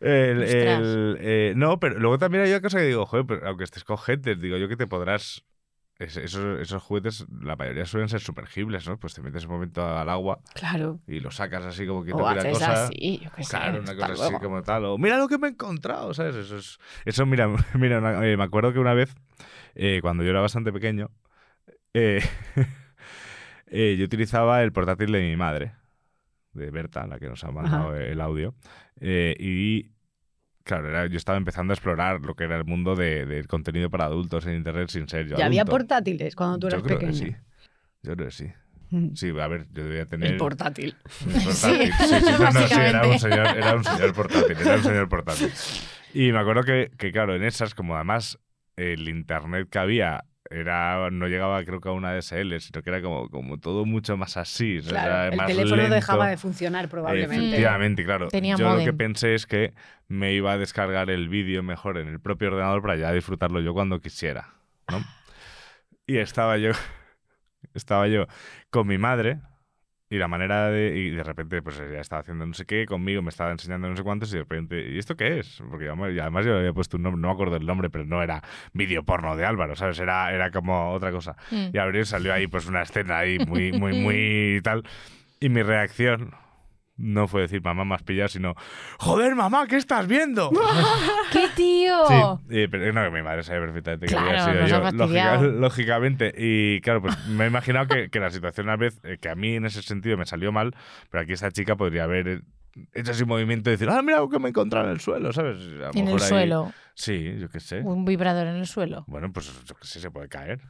El-
Ostras.
el, eh, no, pero luego también hay una cosa que digo, joder, pero aunque estés con gente, digo yo que te podrás. es- Esos, esos juguetes, la mayoría suelen ser sumergibles, ¿no? Pues te metes un momento al agua
Claro.
y lo sacas así como que
O
la
haces
cosa.
así, yo qué sé.
Claro, una
hasta
cosa así
luego.
como tal. O mira lo que me he encontrado, ¿sabes? Eso, es- eso mira, mira una- eh, me acuerdo que una vez, eh, cuando yo era bastante pequeño, eh, eh, yo utilizaba el portátil de mi madre, de Berta, la que nos ha mandado el audio, eh, y claro, era- yo estaba empezando a explorar lo que era el mundo de- del contenido para adultos en Internet sin ser yo.
Ya había
adulto.
portátátiles cuando tú eras
Yo creo
pequeño.
que sí. Yo creo que sí.
Mm.
Sí, a ver, yo debía tener...
El portátil.
Un portátil, Sí, sí, no, no, sí, era un, señor, era un señor portátil, era un señor portátil. Y me acuerdo que, que, claro, en esas, como además el internet que había era no llegaba creo que a una DSL, sino que era como, como todo mucho más así. o sea,
Claro,
era
el
más
teléfono
lento.
dejaba de funcionar probablemente.
Efectivamente, claro.
Tenía
yo lo que
módem.
pensé es que me iba a descargar el vídeo mejor en el propio ordenador para ya disfrutarlo yo cuando quisiera. ¿no? Y estaba yo, estaba yo con mi madre y la manera de... Y de repente pues ella estaba haciendo no sé qué, conmigo me estaba enseñando no sé cuántos y de repente... ¿Y esto qué es? Porque yo- y además yo le había puesto un nombre, no me acuerdo el nombre, pero no era vídeo porno de Álvaro, ¿sabes? Era, era como otra cosa.
Mm.
Y abrió y salió ahí pues una escena ahí muy, muy, muy tal. Y mi reacción no fue decir mamá más pillado, sino joder mamá, ¿qué estás viendo?
¡Qué tío!
Sí, eh, pero no, que mi madre sabe perfectamente que
Claro,
había sido
nos ha
yo, lógica-
fastidiado.
lógicamente. Y claro, pues me he imaginado que, que la situación a vez, eh, que a mí en ese sentido me salió mal, pero aquí esta chica podría haber eh, hecho así un movimiento y decir, ah, mira lo que me he encontrado en el suelo, ¿sabes? A lo
En el
mejor ahí-
suelo.
Sí, yo qué sé.
Un vibrador en el suelo.
Bueno, pues yo qué sé, se puede caer.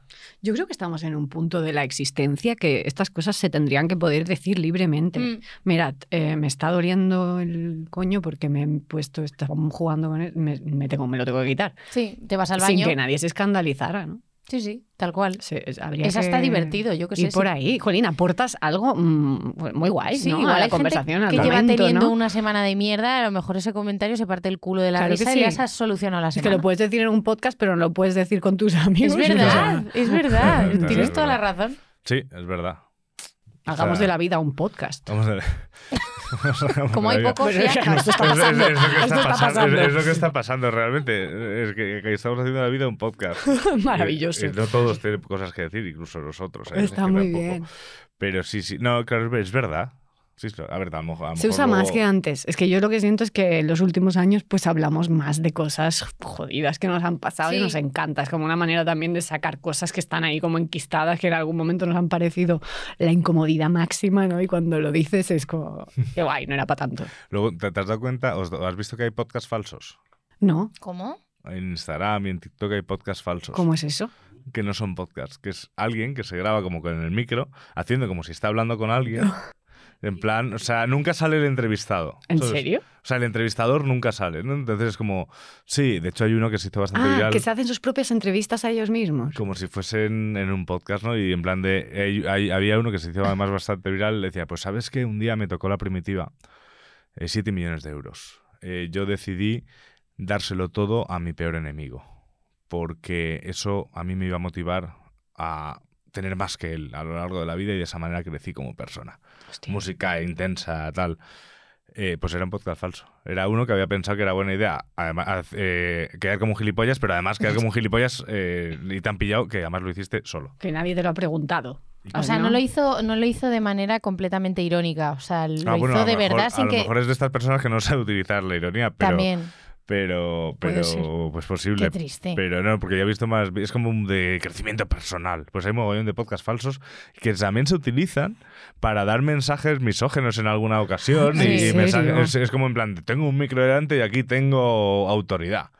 Yo creo que estamos en un punto de la existencia que estas cosas se tendrían que poder decir libremente.
Mm.
Mirad, eh, me está doliendo el coño porque me he puesto, estamos jugando con él, me, me tengo, me lo tengo que quitar.
Sí, te vas al
Sin
baño.
que nadie se escandalizara, ¿no?
Sí, sí, tal cual.
Se- es- habría
Esa está
que
divertido, yo que sé.
ir por
sí.
ahí. Jolín, aportas algo mm, muy guay,
Sí,
¿no?
igual
a la
hay gente
conversación, al
que lleva
momento,
teniendo
¿no?
una semana de mierda, a lo mejor ese comentario se parte el culo de la
Claro que
risa
sí.
y ya has solucionado la
Es
semana.
que lo puedes decir en un podcast, pero no lo puedes decir con tus
Es
amigos.
verdad, es verdad.
Está
Tienes
bien,
toda la
verdad.
razón.
Sí, es verdad.
Hagamos
O sea,
de la vida un podcast.
Vamos a ver.
Como hay pocos,
Pero
ya
claro, esto está
Es- es-
pasando.
Es, lo que
Esto
está
está
pasando.
pasando.
Es, es lo que está pasando realmente. Es que, que estamos haciendo la vida un podcast.
Maravilloso.
Y- y no todos tienen cosas que decir, incluso nosotros. ¿sabes? Es
Está
que
muy
tampoco-
bien.
Pero sí, sí. No, claro, es verdad. Sí, sí, a ver, a lo mejor- a lo
Se
mejor
usa más
luego-
que antes. Es que yo lo que siento es que en los últimos años pues hablamos más de cosas jodidas que nos han pasado y
Sí.
nos encanta. Es como una manera también de sacar cosas que están ahí como enquistadas, que en algún momento nos han parecido la incomodidad máxima, ¿no? Y cuando lo dices es como, qué guay, no era para tanto.
Luego, ¿te, te has dado cuenta? ¿Os- ¿Has visto que hay podcasts falsos?
No,
¿Cómo?
En Instagram y en TikTok hay podcasts falsos.
¿cómo es eso?
que no son podcasts, que es alguien que se graba como con el micro, haciendo como si está hablando con alguien. En plan, o sea, nunca sale el entrevistado.
¿En
¿sabes?
serio?
O sea, el entrevistador nunca sale, ¿no? Entonces es como, sí, de hecho hay uno que se hizo bastante
Ah,
viral.
que se hacen sus propias entrevistas a ellos mismos.
Como si fuesen en un podcast, ¿no? Y en plan de. hay- hay- había uno que se hizo además bastante viral. Decía, pues sabes que un día me tocó la primitiva. 7 millones de euros. Eh, yo decidí dárselo todo a mi peor enemigo. Porque eso a mí me iba a motivar a tener más que él a lo largo de la vida y de esa manera crecí como persona.
Hostia.
Música intensa, tal. Eh, pues era un podcast falso. Era uno que había pensado que era buena idea. Además, eh, quedar como un gilipollas, pero además quedar como un gilipollas eh, y tan pillado que además lo hiciste solo.
Que nadie te lo ha preguntado.
O sea, no lo hizo, no lo hizo de manera completamente irónica. O sea, lo
Ah,
hizo
bueno, a lo
de
mejor-
verdad
A
sin
lo
que.
mejor es de estas personas que no sabe utilizar la ironía, pero.
También.
Pero,
Puede
pero,
ser.
pues posible.
Qué triste.
Pero no, porque ya he visto más, es como un de crecimiento personal. Pues hay mogollón de podcasts falsos que también se utilizan para dar mensajes misógenos en alguna ocasión.
¿En
y
serio?
mensajes- es, es como en plan, tengo un micro delante y aquí tengo autoridad.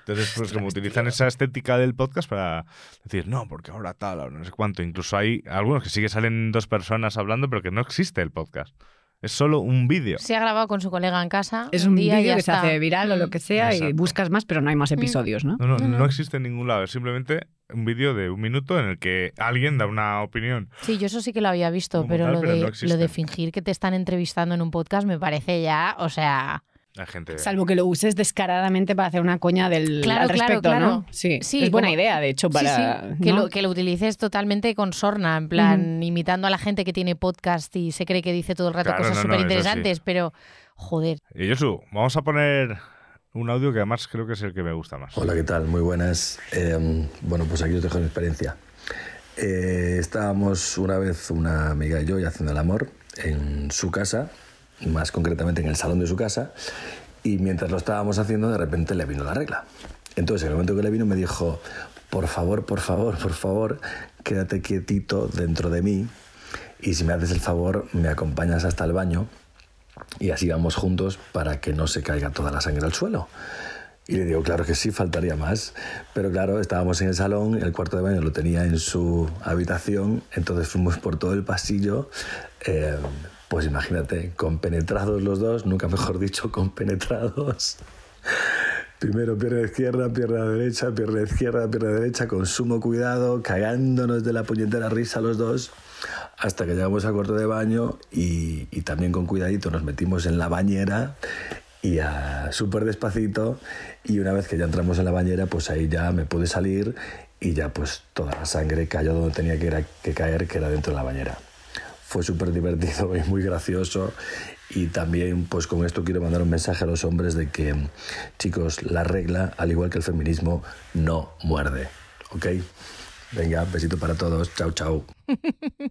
Entonces, pues como utilizan esa estética del podcast para decir, no, porque ahora tal, o no sé cuánto. Incluso hay algunos que sí que salen dos personas hablando, pero que no existe el podcast. Es solo un vídeo.
Se ha grabado con su colega en casa.
Es un
día y
vídeo
ya
que
está. Mm.
se hace viral o lo que sea y
Exacto.
buscas más, pero no hay más episodios, ¿no?
No, no, no existe en ningún lado. Es simplemente un vídeo de un minuto en el que alguien da una opinión.
Sí, yo eso sí que lo había visto,
Como
pero,
tal,
lo,
pero
de,
no
lo de
existen.
fingir que te están entrevistando en un podcast me parece ya, o sea,
La gente.
Salvo que lo uses descaradamente para hacer una coña del
Claro,
al
claro,
respecto,
claro.
¿no? Sí,
Sí,
es buena
como-
idea, de hecho,
sí,
para...
sí, que,
¿no?
lo, que lo utilices totalmente con sorna, en plan, imitando a la gente que tiene podcast y se cree que dice todo el rato
Claro,
cosas
no, no,
súper interesantes,
eso sí.
pero joder,
Y Yosu, vamos a poner un audio que además creo que es el que me gusta más.
Hola, ¿qué tal? Muy buenas. Eh, bueno, pues aquí os dejo mi experiencia. Eh, estábamos una vez una amiga y yo y haciendo el amor en su casa, más concretamente en el salón de su casa, y mientras lo estábamos haciendo de repente le vino la regla. Entonces, en el momento que le vino me dijo, por favor, por favor, por favor, quédate quietito dentro de mí y si me haces el favor me acompañas hasta el baño y así vamos juntos para que no se caiga toda la sangre al suelo. Y le digo, claro que sí, faltaría más. Pero claro, estábamos en el salón, el cuarto de baño lo tenía en su habitación, entonces fuimos por todo el pasillo. eh, pues imagínate, compenetrados los dos, nunca mejor dicho, compenetrados. Primero pierna izquierda, pierna derecha, pierna izquierda, pierna derecha, con sumo cuidado, cagándonos de la puñetera risa los dos, hasta que llegamos a cuarto de baño y, y también con cuidadito nos metimos en la bañera y a súper despacito y una vez que ya entramos en la bañera pues ahí ya me pude salir y ya pues toda la sangre cayó donde tenía que, era- que caer, que era dentro de la bañera fue súper divertido y muy gracioso. Y también, pues con esto quiero mandar un mensaje a los hombres de que, chicos, la regla, al igual que el feminismo, no muerde. ¿Ok? Venga, besito para todos. Chao, chao.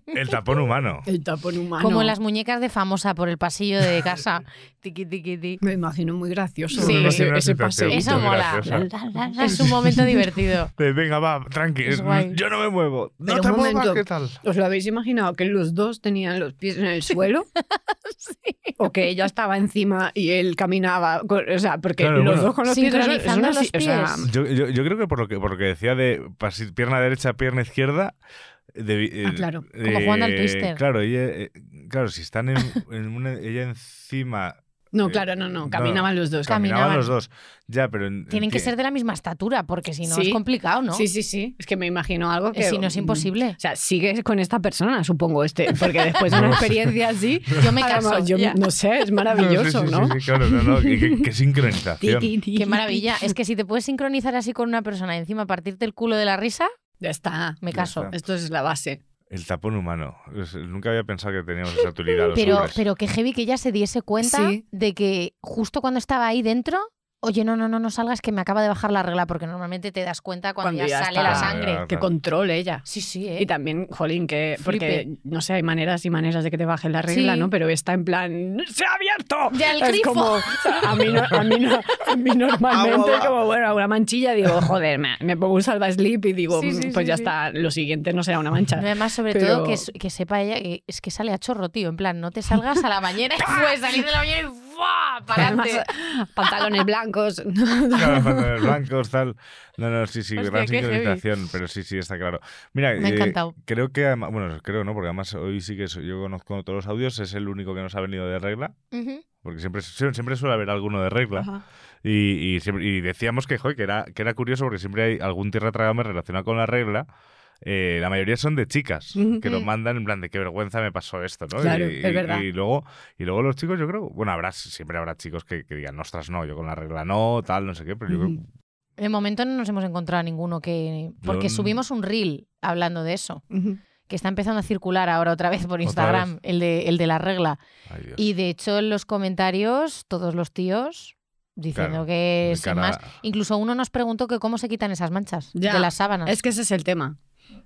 El tapón humano.
El tapón humano.
como las muñecas de famosa por el pasillo de casa. tiqui, tiqui, tiqui.
Me imagino muy gracioso
Sí.
¿no? ese,
Una
ese
situación
paseo.
Eso
muy
mola.
graciosa.
La, la, la, la, Es un momento divertido.
De, Eh, Venga, va, tranqui.
Es guay.
Yo no me muevo. No
Pero
te
un
muevas,
momento.
¿qué tal?
¿Os lo habéis imaginado que los dos tenían los pies en el suelo? O que ella estaba encima y él caminaba. con- o sea, porque
Claro,
los
bueno.
dos con los pies en el- es
Sincronizando
una-
los
o sea,
pies.
Yo, yo- yo creo que por lo que, por lo que decía de pasi- pierna derecha, pierna izquierda. debi- eh,
Ah, claro,
como jugando al twister.
Claro, ella, eh, claro, si están en, en una- ella encima.
no,
eh,
claro, no, no. Caminaban los dos.
Caminaban,
Caminaban.
los dos. Ya, pero. en-
Tienen que
enti-
ser de la misma estatura, porque si no
Sí.
es complicado, ¿no?
Sí, mm, sí, sí. Es que me imagino algo que.
Eh, Si no es imposible.
O sea, sigues con esta persona, supongo, este, porque después de una experiencia así,
Yo me
a lo
caso,
mejor- yo-
ya.
no sé, es maravilloso,
sí, sí,
¿no?
Sí, sí, claro, no, no, qué- qué- qué
Ti,
sincronización.
ti, ti,
Qué maravilla. Es que si te puedes sincronizar así con una persona y encima partirte el culo de la risa,
Ya está.
me
Ya
caso.
está.
Esto es la base.
El tapón humano. Es- Nunca había pensado que teníamos esa utilidad los
Pero,
hombres.
pero que heavy que ella se diese cuenta
Sí.
de que justo cuando estaba ahí dentro, oye, no, no, no, no salgas, que me acaba de bajar la regla, porque normalmente te das cuenta cuando,
Cuando
ya,
ya
sale
está.
la sangre.
Ah,
Que
claro.
controle ella.
Sí, sí, ¿eh?
Y también, jolín, que. Porque,
Flipe.
no sé, hay maneras y maneras de que te bajen la regla,
Sí.
¿no? Pero está en plan. ¡Se ha abierto!
Ya el
es
grifo.
como. o sea, a, mí no- a, mí no- a mí
Ah,
normalmente,
Agua.
como, bueno, una manchilla, digo, joder, me, me pongo un salva slip y digo,
Sí, sí,
"Mm, pues
sí,
ya
sí.
está, lo siguiente no será una mancha.
No, además, sobre
Pero-
todo, que, s- que sepa ella que es que sale a chorro, tío. En plan, no te salgas a la bañera y fue salir de la bañera y
¡fua! Para adelante. pantalones blancos.
Claro, pantalones blancos, tal. No, no, sí, sí,
Hostia,
gran
qué heavy.
sincronización, pero sí, sí, está claro. Mira, eh,
Me ha encantado.
creo que, además- bueno, creo, ¿no? Porque además hoy sí que so- yo conozco todos los audios, es el único que nos ha venido de regla,
Ujú.
porque siempre, sie- siempre suele haber alguno de regla.
Ajá.
Y, y, siempre- y decíamos que, joder, que era, que era curioso porque siempre hay algún tierra tragame relacionado con la regla. Eh, la mayoría son de chicas que lo
Mm.
mandan en plan de qué vergüenza me pasó esto, ¿no?
Claro,
y,
es verdad.
y luego, y luego los chicos, yo creo, bueno, habrá, siempre habrá chicos que, que digan, ostras, no, yo con la regla no, tal, no sé qué, pero yo creo
Ujú.
De momento no nos hemos encontrado a ninguno que. Porque
no-
subimos un reel hablando de eso, que está empezando a circular ahora otra vez por
Otra
Instagram,
vez.
el de, el de la regla.
Ay, Dios.
Y de hecho, en los comentarios, todos los tíos diciendo
Claro,
que
de
sin
cara-
más. Incluso uno nos preguntó que cómo se quitan esas manchas
Ya.
de las sábanas.
Es que ese es el tema.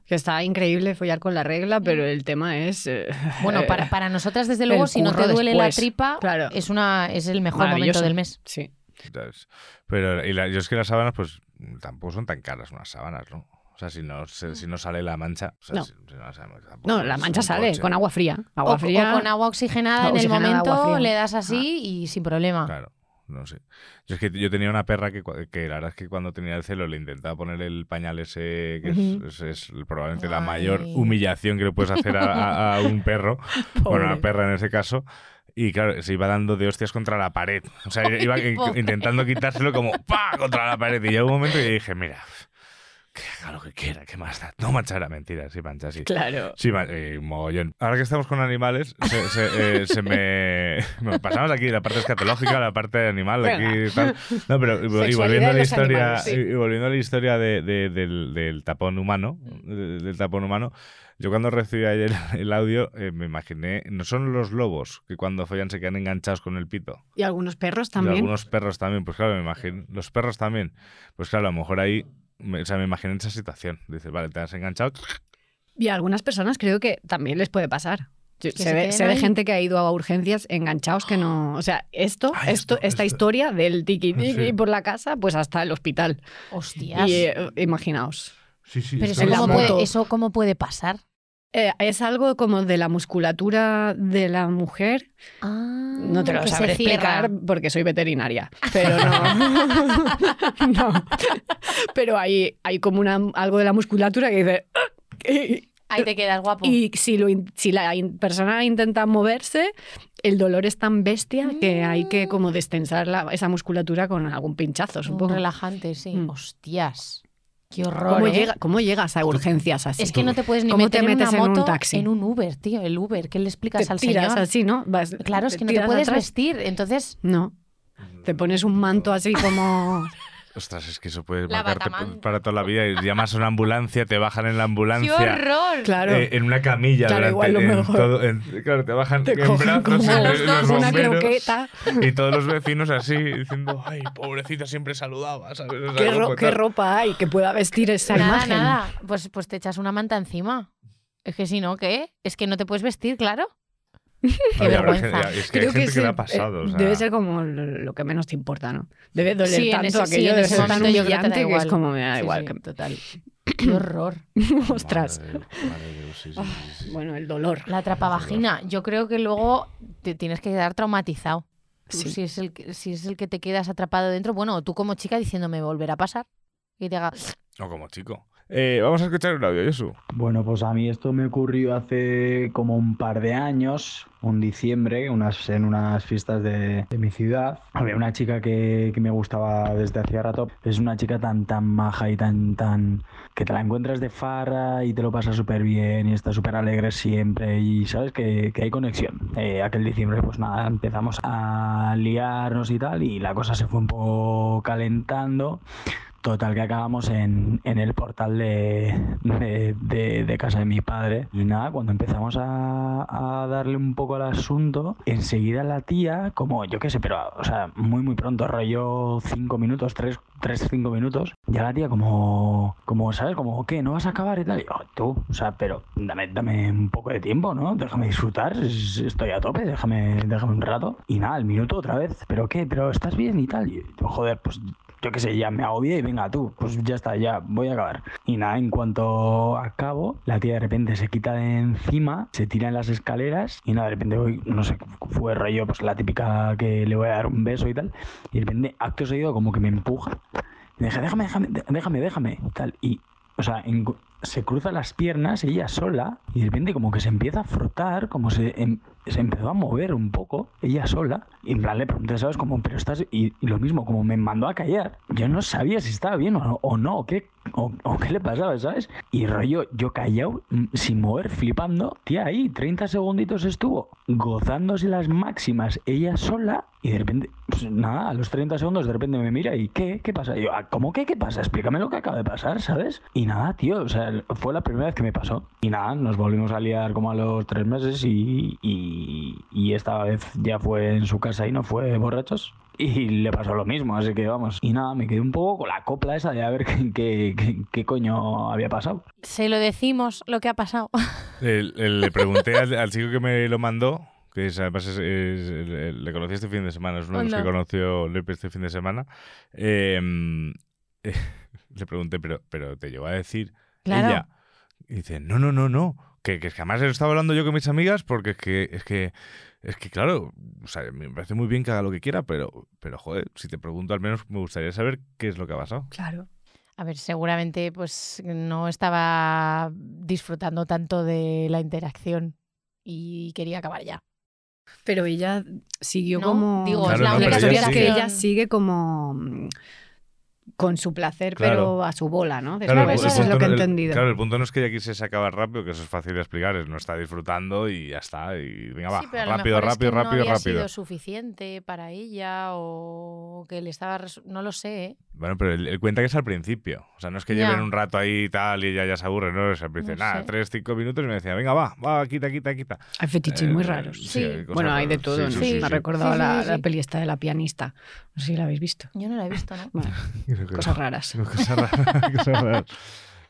Que está increíble follar con la regla, pero el tema es. eh,
Bueno, para, para nosotras, desde
el
luego, si no te
curro
duele la
después.
tripa,
Claro.
es, una, es el mejor momento
Maravilloso.
del mes.
Sí.
¿sabes? Pero y la- yo es que las sábanas, pues tampoco son tan caras unas sábanas, ¿no? O sea, si no, se- si no sale la mancha. o sea,
No.
si- si no, sale- tampoco
No,
es
la
un
mancha sale
coche.
con agua fría.
O,
Agua
o
fría.
con agua oxigenada
Agua
en el
oxigenada, agua
momento,
fría.
le das así y sin problema.
Ah. Claro, no sé. Yo es que yo tenía una perra que, cua- que la verdad es que cuando tenía el celo le intentaba poner el pañal ese, que es-
Ujú.
es, es probablemente la mayor
Ay.
humillación que le puedes hacer a, a- a un perro, bueno, a una
Pobre.
perra en ese caso. Y claro, se iba dando de hostias contra la pared. O sea, iba
Ay,
in-
pobre.
intentando quitárselo como ¡pa! contra la pared. Y llegó un momento que dije, mira, que haga lo que quiera, que más da. No manchará, mentira, sí mancha, sí.
Claro.
Sí, ma- eh, mogollón. Ahora que estamos con animales, se, se, eh, se me... bueno, pasamos aquí de la parte escatológica a la parte animal. Aquí, y tal. No, pero y vol- y
Sexualidad
volviendo a
de
la
los
historia,
animales, sí.
y volviendo a la historia de- de- del, del tapón humano, de- del tapón humano, yo cuando recibí ayer el audio eh, me imaginé, no son los lobos que cuando follan se quedan enganchados con el pito.
Y algunos perros
Y
también.
algunos perros también, pues claro, me imagino. Los perros también. Pues claro, a lo mejor ahí, me- o sea, me imaginé esa situación. Dices, vale, te has enganchado,
Y a algunas personas creo que también les puede pasar.
Que
Yo- se
se
ve,
queden
se ve
ahí.
gente que ha ido a urgencias enganchados que no. O sea, esto,
Ay, Ah, esto-
esto, esta
esto-
historia del tiki tiki
Sí.
por la casa, pues hasta el hospital.
Hostias.
Y eh, imaginaos.
Sí, sí.
Pero
esto
eso
en la
cómo,
es-
puede,
moto.
eso cómo puede pasar.
Eh, es algo como de la musculatura de la mujer.
Ah,
No te lo
que se
sabré
cierra.
explicar porque soy veterinaria, pero no. no. Pero hay, hay como una, algo de la musculatura que dice. "Ah", y-
Ahí te quedas guapo.
Y si, lo in- si la in- persona intenta moverse, el dolor es tan bestia que hay que como destensar la- esa musculatura con algún
Mm.
pinchazo,
Un
supongo.
relajante, sí.
Mm.
Hostias. Qué horror.
¿Cómo,
¿eh?
llega- cómo llegas a urgencias así?
Es que no te puedes ni
¿Cómo
meter
te metes
en una
en un
moto, en un,
taxi?
Uber, tío. El Uber, ¿qué le
Te
explicas al
tiras
señor?
así, ¿no? Vas-
Claro, es que no te
tiras
puedes
atrás.
vestir. Entonces,
No.
Mm.
Te pones un manto así como...
Ostras, es que eso puede
La
marcarte
batamanta.
p- para toda la vida. Y llamas a una ambulancia, te bajan en la ambulancia.
horror!
Claro.
eh, en una camilla
Claro,
durante
igual lo
en
mejor.
todo- en- claro, te bajan
Te
en
cogen
brazos
como
en-
los
en
dos,
los
una
bomberos,
croqueta.
y todos los vecinos así diciendo ay pobrecita siempre saludaba ¿sabes? O sea,
¿Qué,
algo
ro- qué
tal.
ropa hay que pueda vestir esa
Nada,
imagen?
nada. Pues, pues te echas una manta encima. Es que si no, ¿qué? Es que no te puedes vestir, claro.
Ay,
qué
la verdad es que-
vergüenza.
es que hay gente que,
es
le
el-
ha pasado
eh,
o sea,
Debe ser como lo lo que menos te importa, ¿no? Debe doler
Sí, en
tanto
ese- sí,
aquello,
en
debe
ese
ser tan
momento yo creo que te da
humillante que, es
igual.
como me da
Sí,
igual.
sí.
que- total.
¡Qué horror!
madre
Ostras. Ah,
de- madre de Dios, sí, sí, sí, sí, sí.
Bueno, el dolor.
La trapavagina. Yo creo que luego te tienes que quedar traumatizado. Tú,
Sí.
Si, es el, que- si es el que te quedas atrapado dentro, bueno, o tú como chica diciendo me volverá a pasar. Y te haga,
no como chico Eh, vamos a escuchar un audio Yosu
Bueno, pues a mí esto me ocurrió hace como un par de años, un diciembre, unas, en unas fiestas de, de mi ciudad. Había una chica que, que me gustaba desde hacía rato. Es una chica tan, tan maja y tan, tan... que te la encuentras de farra y te lo pasas súper bien y está súper alegre siempre y sabes que, que hay conexión. Eh, aquel diciembre, pues nada, empezamos a liarnos y tal y la cosa se fue un poco calentando. Total que acabamos en, en el portal de, de- de- de casa de mi padre. Y nada, cuando empezamos a, a darle un poco al asunto, enseguida la tía, como yo qué sé, pero o sea, muy muy pronto, rollo cinco minutos, tres, tres, cinco minutos, ya la tía como, como, ¿sabes? Como, ¿qué? ¿No vas a acabar? Y tal, y yo, tú, o sea, pero dame, dame un poco de tiempo, ¿no? Déjame disfrutar, es- estoy a tope, déjame, déjame un rato. Y nada, al minuto otra vez, ¿pero qué? ¿Pero estás bien? Y tal, y yo, joder, pues yo qué sé, ya me agobié y venga tú, pues ya está, ya voy a acabar. Y nada, en cuanto acabo, la tía de repente se quita de encima, se tira en las escaleras y nada, de repente voy, no sé, fue rollo, pues la típica que le voy a dar un beso y tal. Y de repente, acto seguido, como que me empuja. Y me deja, déjame, déjame, dé- déjame, déjame, y tal. Y, o sea, en cu- se cruza las piernas ella sola y de repente como que se empieza a frotar, como se, em- se empezó a mover un poco ella sola. Y en plan le pregunté, ¿sabes? Como, pero estás... Y, y lo mismo, como me mandó a callar. Yo no sabía si estaba bien o no, o, no, o qué, o, o qué le pasaba, ¿sabes? Y rollo, yo callado, mm, sin mover, flipando. Tía, ahí 30 segunditos estuvo gozándose las máximas ella sola y de repente, pues nada, a los 30 segundos de repente me mira y ¿qué? ¿Qué pasa? Y yo, "Ah, ¿cómo que qué pasa? Explícame lo que acaba de pasar, ¿sabes? Y nada, tío, o sea, fue la primera vez que me pasó. Y nada, nos volvimos a liar como a los tres meses y, y, y esta vez ya fue en su casa y no fue borrachos. Y le pasó lo mismo, así que vamos. Y nada, me quedé un poco con la copla esa de a ver qué, qué, qué- qué coño había pasado.
Se lo decimos lo que ha pasado.
El- el- le pregunté al, al chico que me lo mandó, que es, además es- es- el- el- le conocí este fin de semana, es uno de los que
Hola.
conoció Lepe este fin de semana. eh, eh, le pregunté, pero, pero te llegó a decir
Claro.
ella. Y dice, no, no, no, no. Que, que es que además lo estaba hablando yo con mis amigas porque es que, es que, es que claro, o sea, me parece muy bien que haga lo que quiera, pero, pero joder, si te pregunto al menos me gustaría saber qué es lo que ha pasado.
Claro.
A ver, seguramente pues no estaba disfrutando tanto de la interacción y quería acabar ya.
Pero ella siguió
No,
como.
digo,
Claro, es la no, única pero ella
es que
explicación.
ella sigue como mm, con su placer,
Claro.
pero a su bola, ¿no?
Claro,
Claro,
el
Después,
pu- el
eso es lo
punto
que he
no- el-
entendido.
claro, el punto no es que ella quisiese acabar rápido, que eso es fácil de explicar, es no está disfrutando y ya está. Y venga, va,
sí, pero a lo
rápido,
mejor
rápido,
es que no
rápido,
había
rápido.
sido suficiente para ella o que le estaba... resu- No lo sé, ¿eh?
Bueno, pero él, él cuenta que es al principio. O sea, no es que
Ya.
lleven un rato ahí y tal y ella ya se aburre, ¿no? O sea, dice,
No
nada,
sé.
tres, cinco minutos y me decía, venga, va, va, quita, quita, quita.
Hay fetiches
Eh,
muy
eh,
raros.
Sí.
hay cosas
Bueno, hay de
raras.
todo, ¿no?
Sí,
Sí,
sí,
me ha
sí,
recordado
Sí, sí,
la,
sí,
la
sí.
peli esta de la pianista. No sé si la habéis visto.
Yo no la he visto, ¿no?
Bueno,
sí.
cosas raras.
Cosas raras, cosas raras.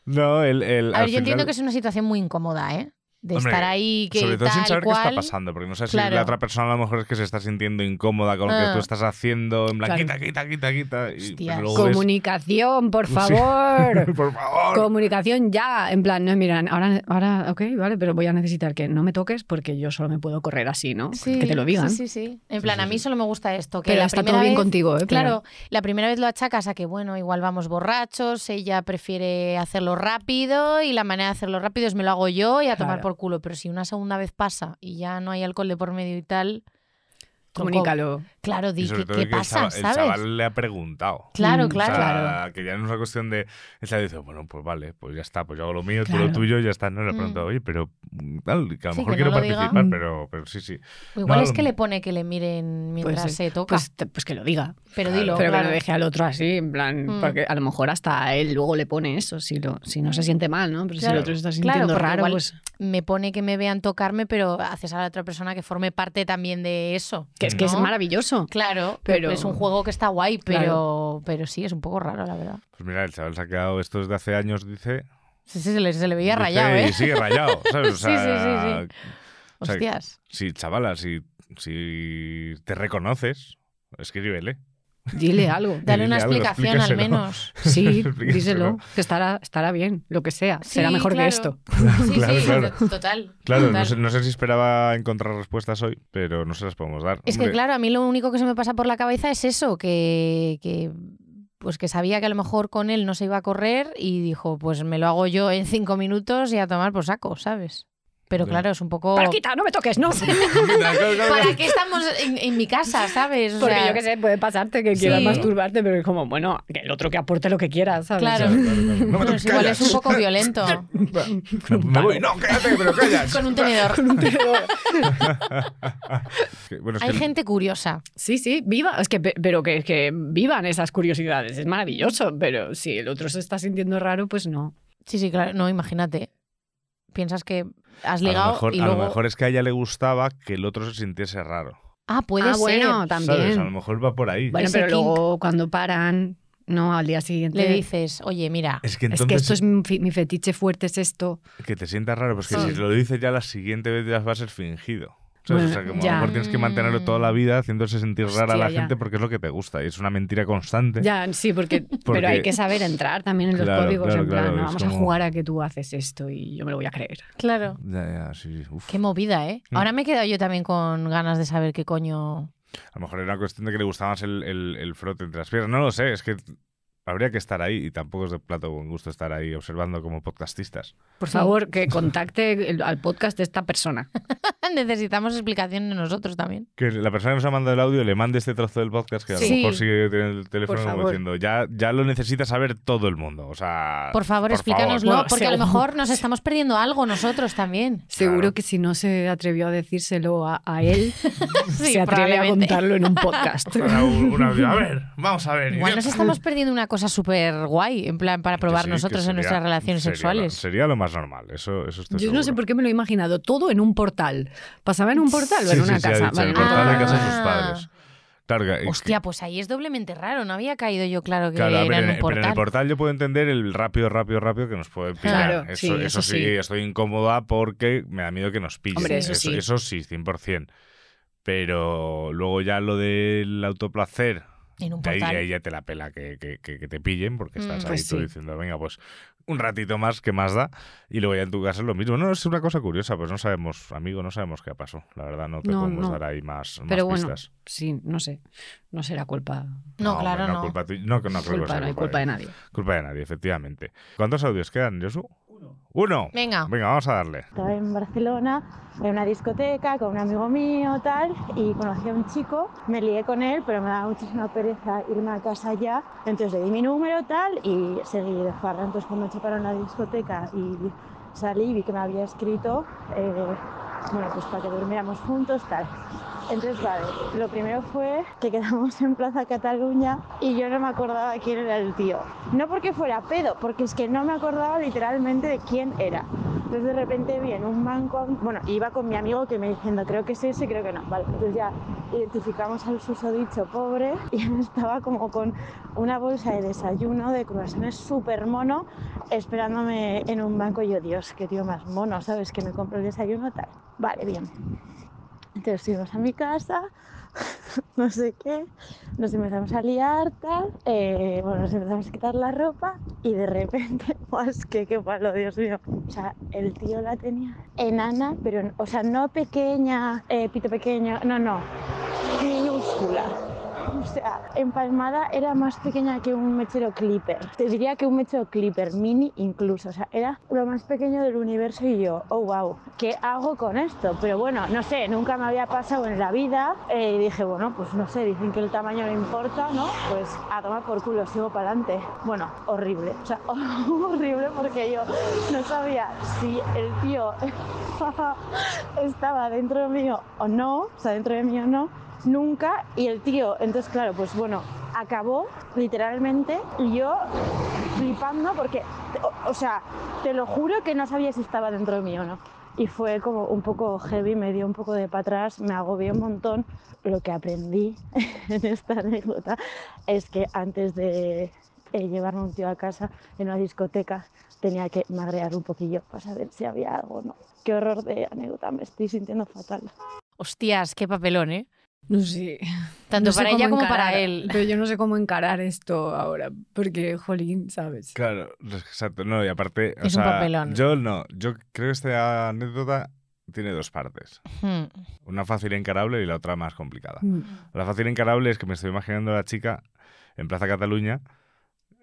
No, el, el,
A
al
ver, yo entiendo
final-
que es una situación muy incómoda, ¿eh? De
Hombre,
estar ahí, que
Sobre todo
tal
sin saber
cual.
qué está pasando, porque no sabes si la
Claro.
otra persona a lo mejor es que se está sintiendo incómoda con lo que
Ah.
tú estás haciendo, en plan,
Claro.
quita, quita, quita, quita. Y,
Hostias.
pero luego ves-
Comunicación, por
Sí.
favor.
Por favor.
Comunicación ya, en plan, no, mira, ahora, ahora, ok, vale, pero voy a necesitar que no me toques porque yo solo me puedo correr así, ¿no?
Sí,
que te lo digan.
Sí, sí, sí. En plan,
sí,
a mí
sí.
solo me gusta esto. Que
Pero
la
está todo
primera
bien
vez-
contigo, ¿eh? Pero-
Claro, la primera vez lo achacas a que, bueno, igual vamos borrachos, ella prefiere hacerlo rápido y la manera de hacerlo rápido es me lo hago yo y a tomar
Claro.
por culo. Pero si una segunda vez pasa y ya no hay alcohol de por medio y tal. tronco,
Comunícalo.
Claro,
Y
di,
sobre
¿qué,
todo
qué
que el
pasa?
chaval- El
¿Sabes?
chaval le ha preguntado.
Claro,
Mm,
claro.
O sea,
Claro.
que ya no es una cuestión de. El chaval dice, bueno, pues vale, pues ya está, pues yo hago lo mío, tú lo
Claro.
tuyo, ya está. No le he
Mm.
preguntado, oye, pero. mm, Tal, que a lo
Sí,
mejor
que
quiero
no lo diga.
participar,
Mm.
pero, pero sí, sí.
O Igual
No,
es que le pone que le miren mientras
Puede ser.
se toca.
Pues, te- pues que lo diga.
pero
claro.
dilo.
pero que
claro.
lo deje al otro así, en plan,
Mm.
porque a lo mejor hasta a él luego le pone eso, si, lo, si no se siente mal, ¿no? Pero si
Claro.
el otro se está
Claro,
sintiendo
porque
raro,
igual-
pues
me pone que me vean tocarme, pero haces a la otra persona que forme parte también de eso.
que es que es
¿no?
maravilloso.
Claro,
Pero-
pero es un juego que está guay, pero,
Claro.
pero sí, es un poco raro, la verdad.
Pues mira, el chaval se ha quedado. Esto es de hace años, dice.
Sí, sí, se le, se le veía
dice,
rayado, ¿eh?
Y sigue rayado, ¿sabes? O
Sí, sí, sí,
sea, o sea,
Hostias.
Sí, chavala, si, si te reconoces, escríbele.
Dile algo.
Dale una
dile algo,
explicación al
explícaselo.
menos.
Sí,
Explícaselo.
díselo, que estará, estará bien, lo que sea, será
Sí,
mejor que
claro.
esto.
Sí,
Claro,
sí,
claro.
total.
Claro, no
total.
sé, no sé si esperaba encontrar respuestas hoy, pero no se las podemos dar.
Es que
Hombre,
claro, a mí lo único que se me pasa por la cabeza es eso, que, que pues que sabía que a lo mejor con él no se iba a correr y dijo, pues me lo hago yo en cinco minutos y a tomar por saco, ¿sabes? Pero
Ya.
claro, es un poco...
Parquita, no me toques, no.
¿Para qué estamos en, en mi casa, sabes? O
Porque
sea,
yo qué sé, puede pasarte que
Sí.
quieras masturbarte, pero es como, bueno, que el otro que aporte lo que quiera, ¿sabes?
Claro.
Claro, claro, claro. No me
bueno,
toques,
es igual
callas.
es un poco violento.
No, me voy, no, cállate, pero callas.
con un tenedor.
Que- bueno, es
Hay
que-
gente curiosa.
Sí, sí, viva. Es que, pe- pero que, que vivan esas curiosidades. Es maravilloso, pero si el otro se está sintiendo raro, pues no.
Sí, sí, claro. No, imagínate. Piensas que has
a lo
ligado
mejor-
y
a lo
luego...
mejor es que a ella le gustaba que el otro se sintiese raro.
Ah, puede
ah,
ser.
bueno,
¿Sabes?
también.
A lo mejor va por ahí.
Bueno,
Ese
pero
kink.
luego cuando paran, no, al día siguiente.
Le dices, oye, mira,
Es que
es
entonces
que esto es mi, fi- mi fetiche fuerte, es esto.
que te sientas raro, pues que
Sí.
si lo dices ya la siguiente vez ya vas a ser fingido. O ¿sabes? o
Bueno,
sea, que a lo
ya.
mejor tienes que mantenerlo toda la vida haciéndose sentir rara a la
Hostia, ya.
gente porque es lo que te gusta y es una mentira constante.
Ya, sí, porque,
Porque-
pero hay que saber entrar también en los
Claro,
códigos,
claro,
en plan,
claro,
no,
es
vamos
como-
a jugar a que tú haces esto y yo me lo voy a creer.
Claro.
Ya, ya, sí, sí, uf.
Qué movida, ¿eh?
Mm.
Ahora me he quedado yo también con ganas de saber qué coño.
A lo mejor era cuestión de que le gustaba más el, el- el frote entre las piernas. No lo sé, es que habría que estar ahí y tampoco es de plato buen gusto estar ahí observando como podcastistas.
Por
Sí.
favor, que contacte el- al podcast de esta persona.
Necesitamos explicaciones nosotros también.
Que la persona que nos ha mandado el audio le mande este trozo del podcast que a lo
Sí.
mejor sigue teniendo el teléfono
Por
como
favor.
diciendo ya, ya lo necesita saber todo el mundo. O sea,
Por favor, explícanoslo,
Bueno,
porque a lo
seguro.
mejor nos estamos perdiendo algo nosotros también.
Seguro
Claro.
que si no se atrevió a decírselo a, a él,
Sí,
se atreve a
probablemente.
contarlo en un podcast.
Para un- un audio. A ver, vamos a ver.
Igual nos
idiota.
estamos perdiendo una cosa súper guay, en plan, para probar
Que sí,
nosotros
que
en nuestras
sería-
relaciones
sería
sexuales.
Lo, sería lo más normal, eso, eso estoy
Yo no sé
seguro.
por qué me lo he imaginado todo en un portal. ¿Pasaba en un portal o
Sí,
en una
sí, sí, ha
casa?
dicho,
Vale,
el
no.
portal de
Ah.
casa de sus padres. Claro, eh, que-
Hostia, pues ahí es doblemente raro. No había caído yo, claro, que
Claro, a ver,
era
en-
en un
pero en el
portal.
portal yo puedo entender el rápido, rápido, rápido que nos puede pillar.
Claro,
eso,
sí,
eso
eso
sí,
sí.
estoy incómoda porque me da miedo que nos pillen.
Hombre,
eso
sí.
Eso sí, 100%. Pero luego ya lo del autoplacer,
En un
de ahí,
portal.
de ahí ya te la pela que, que- que- que te pillen porque estás
Mm,
ahí
pues
tú
sí.
diciendo, venga, pues un ratito más, que más da? Y luego ya en tu casa es lo mismo. No, es una cosa curiosa, pues no sabemos, amigo, no sabemos qué pasó. La verdad, no te
No,
podemos
no.
dar ahí más, más
Pero bueno,
pistas.
sí, no sé. No será culpa,
No,
hombre,
claro, no.
Culpa tuya. No, que no creo que
culpa,
sea
no hay
culpa de-
culpa de nadie.
Culpa de nadie, efectivamente. ¿Cuántos audios quedan, Josu? Uno. Uno.
Venga.
Venga, vamos a darle.
Estaba en Barcelona, en una discoteca, con un amigo mío, tal, y conocí a un chico, me lié con él, pero me daba muchísima pereza irme a casa ya, entonces le di mi número, tal, y seguí de farra. Entonces cuando chuparon la discoteca y salí, y vi que me había escrito, eh, bueno, pues para que durmiéramos juntos, tal. Entonces, vale, lo primero fue que quedamos en Plaza Cataluña y yo no me acordaba quién era el tío. No porque fuera pedo, porque es que no me acordaba literalmente de quién era. Entonces de repente vi en un banco, bueno, iba con mi amigo que me diciendo, creo que es ese, creo que no. Vale, entonces ya identificamos al susodicho pobre y él estaba como con una bolsa de desayuno de croissants súper mono esperándome en un banco y yo, Dios, qué tío más mono, ¿sabes? Que me compro el desayuno tal. Vale, bien. Entonces fuimos a mi casa, no sé qué, nos empezamos a liar, tal, eh, bueno, nos empezamos a quitar la ropa y de repente, pues, ¡guas! que qué palo, oh, Dios mío! O sea, el tío la tenía enana, pero, o sea, no pequeña, eh, pito pequeño, no, no, minúscula. O sea, empalmada era más pequeña que un mechero clipper. Te diría que un mechero clipper, mini incluso. O sea, era lo más pequeño del universo y yo, oh wow, ¿qué hago con esto? Pero bueno, no sé, nunca me había pasado en la vida. eh, y dije, bueno, pues no sé, dicen que el tamaño no importa, ¿no? Pues a tomar por culo, sigo para adelante. Bueno, horrible. O sea, horrible porque yo no sabía si el tío estaba dentro mío o no, o sea, dentro de mí o no, nunca. Y el tío, entonces, claro, pues bueno, acabó literalmente y yo flipando porque, o, o sea, te lo juro que no sabía si estaba dentro mío o no. Y fue como un poco heavy, me dio un poco de para atrás, me agobió un montón. Lo que aprendí en esta anécdota es que antes de eh, llevarme un tío a casa en una discoteca tenía que magrear un poquillo para saber si había algo o no. Qué horror de anécdota, me estoy sintiendo fatal.
Hostias, qué papelón, ¿eh?
No sé.
Tanto
No sé
para
cómo
ella como
encarar,
para él.
Pero yo no sé cómo encarar esto ahora, porque, jolín, ¿sabes?
Claro, exacto. No, y aparte. o
Es un
sea,
papelón.
Yo no. Yo creo que esta anécdota tiene dos partes.
Hmm.
Una fácil e encarable y la otra más complicada.
Mm.
La fácil e encarable es que me estoy imaginando a la chica en Plaza Cataluña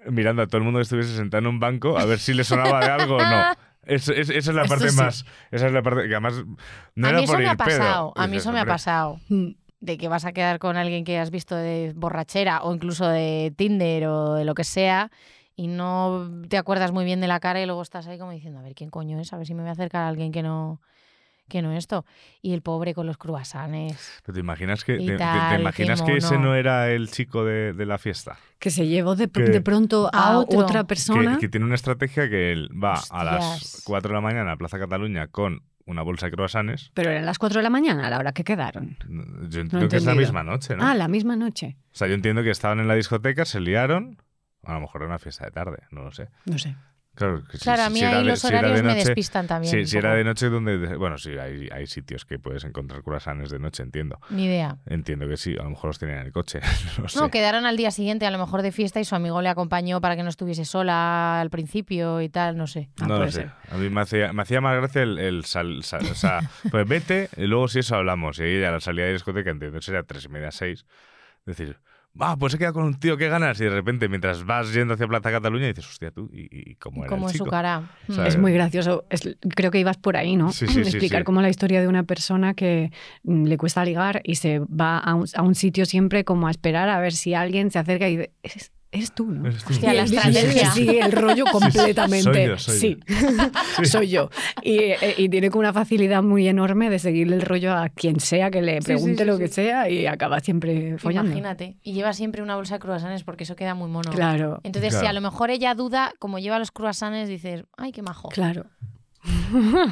mirando a todo el mundo que estuviese sentado en un banco a ver si le sonaba de algo o no. Es- es- esa es la
Esto
parte
sí.
más. Esa es la parte que además. No
a
era
mí eso
por
me ha
ir pedo. Pues
pasado, a mí
Dices,
eso me ha
"Hombre,
pasado.
mm.
De que vas a quedar con alguien que has visto de borrachera o incluso de Tinder o de lo que sea y no te acuerdas muy bien de la cara y luego estás ahí como diciendo, a ver quién coño es, a ver si me voy a acercar a alguien que no que no esto. Y el pobre con los cruasanes.
¿Pero te imaginas que,
Y
te- te- te
tal, qué
imaginas que ese
mono.
no era el chico de- de la fiesta?
Que se llevó de,
Que-
de pronto a,
A Ah, otro.
otra
Que-
persona.
que, que tiene una estrategia que él va a las
Hostias.
4 de la mañana a Plaza Cataluña con una bolsa de croissants.
Pero eran las 4 de la mañana a la hora que quedaron.
Yo
No
entiendo
he
que es la
entendido.
misma noche, ¿no?
Ah, la misma noche.
O sea, yo entiendo que estaban en la discoteca, se liaron. A lo mejor era una fiesta de tarde, no lo sé.
No sé.
Claro, que si-
Claro, a
si
mí
era
ahí
de-
los
si era de
horarios me
noche-
despistan también
Si,
un
si era
poco.
de noche, donde. Bueno, sí, hay, hay sitios que puedes encontrar curasanes de noche, entiendo.
Ni idea.
Entiendo que sí, a lo mejor los tenían en el coche. No sé.
No, quedaron al día siguiente a lo mejor de fiesta y su amigo le acompañó para que no estuviese sola al principio y tal, no sé.
No lo sé. A mí me hacía, me hacía más gracia el, el sal, sal- o sea, pues vete y luego si eso hablamos. Y ella a la salida de discoteca, entiendo, sería tres y media, seis. Decir, va, pues he quedado con un tío, qué ganas. Y de repente, mientras vas yendo hacia Plaza Cataluña, dices, hostia, tú, y, y- y cómo era el
Como en su
chico?
cara. Mm.
O sea,
Es muy gracioso. Es- creo que ibas por ahí, ¿no?
Sí, sí, sí,
Explicar
sí.
cómo la historia de una persona que mm, le cuesta ligar y se va a un, a un sitio siempre como a esperar a ver si alguien se acerca y dice, eres, eres tú, ¿no?
Eres tú.
Hostia,
Y
la
él dice que
estrategia.
sigue el
Sí, sí,
rollo
soy yo,
completamente.
soy
Sí, soy yo. Y, eh, y tiene como una facilidad muy enorme de seguir el rollo a quien sea que le
sí,
pregunte
sí,
lo
sí.
que sea y acaba siempre follando.
Imagínate. Y lleva siempre una bolsa de croissants porque eso queda muy mono.
Claro,
Entonces, si
Claro.
a lo mejor ella duda, como lleva los croissants, dices, ay, qué majo.
claro.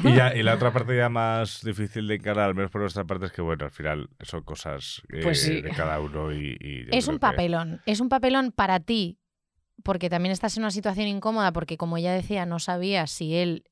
Y, ya- y la otra parte ya más difícil de encarar, al menos por nuestra parte, es que, bueno, al final son cosas eh,
Pues sí.
de cada uno y... y yo
Es
creo
un
que-
papelón. Es un papelón para ti, porque también estás en una situación incómoda, porque como ella decía, no sabía si él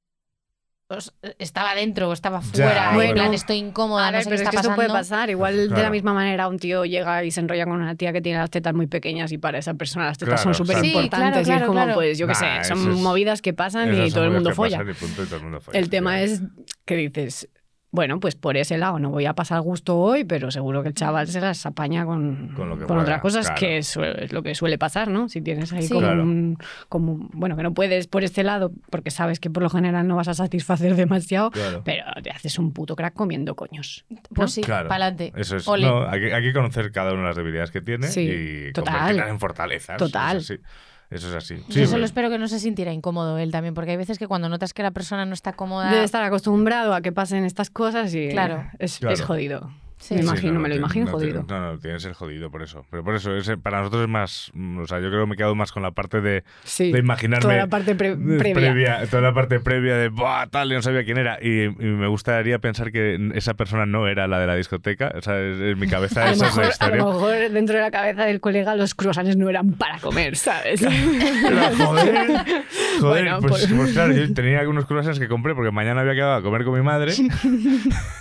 os- eh, estaba dentro o estaba fuera. en
bueno.
plan, estoy incómoda,
A ver,
no sé
pero
qué
es
está
que
pasando.
esto puede pasar. Igual de
Claro.
la misma manera un tío llega y se enrolla con una tía que tiene las tetas muy pequeñas y para esa persona las
Claro,
tetas son
claro.
súper
Sí,
importantes.
claro,
y es como,
claro.
pues yo qué
Nah,
sé, son
eso es-
movidas que pasan
Esas
y
son
todo el
cosas
mundo
que
folla.
pasan y pues, punto, y todo el mundo folla,
El tema
efectivamente.
es que dices, bueno, pues por ese lado no voy a pasar gusto hoy, pero seguro que el chaval se las apaña con,
Con lo que
con
pueda,
otras cosas
claro.
que es, es lo que suele pasar, ¿no? Si tienes ahí
Sí.
como,
Claro.
un, como un- bueno, que no puedes por este lado porque sabes que por lo general no vas a satisfacer demasiado,
Claro.
pero te haces un puto crack comiendo coños. ¿no?
Pues sí,
Claro.
pa'lante.
Eso es.
Ole.
No, hay, que- hay que conocer cada una de las debilidades que tiene
Sí,
y
total.
convertirlas en fortalezas.
Total.
Eso es así. Eso es así.
Yo
Sí, pues.
solo
pero-
espero que no se sintiera incómodo él también, porque hay veces que cuando notas que la persona no está cómoda.
Debe estar acostumbrado a que pasen estas cosas y
Ah. Claro.
es,
Claro.
es jodido.
Sí.
Me
Sí,
imagino,
no,
me lo
no,
imagino
no,
jodido.
No, no, tiene que ser jodido por eso. Pero por eso, ese- para nosotros es más. mm, O sea, yo creo que me he quedado más con la parte de,
Sí,
de imaginarme.
toda la parte pre-
de-
previa.
Toda la parte previa de. ¡Buah! Tal, yo no sabía quién era. Y, y me gustaría pensar que esa persona no era la de la discoteca. O sea, es- en mi cabeza
A lo,
esa es la
mejor, a
historia.
lo mejor dentro de la cabeza del colega los croissants no eran para comer, ¿sabes?
Pero, joder, joder,
Bueno,
pues,
por-
pues claro, yo tenía algunos croissants que compré porque mañana había quedado a comer con mi madre.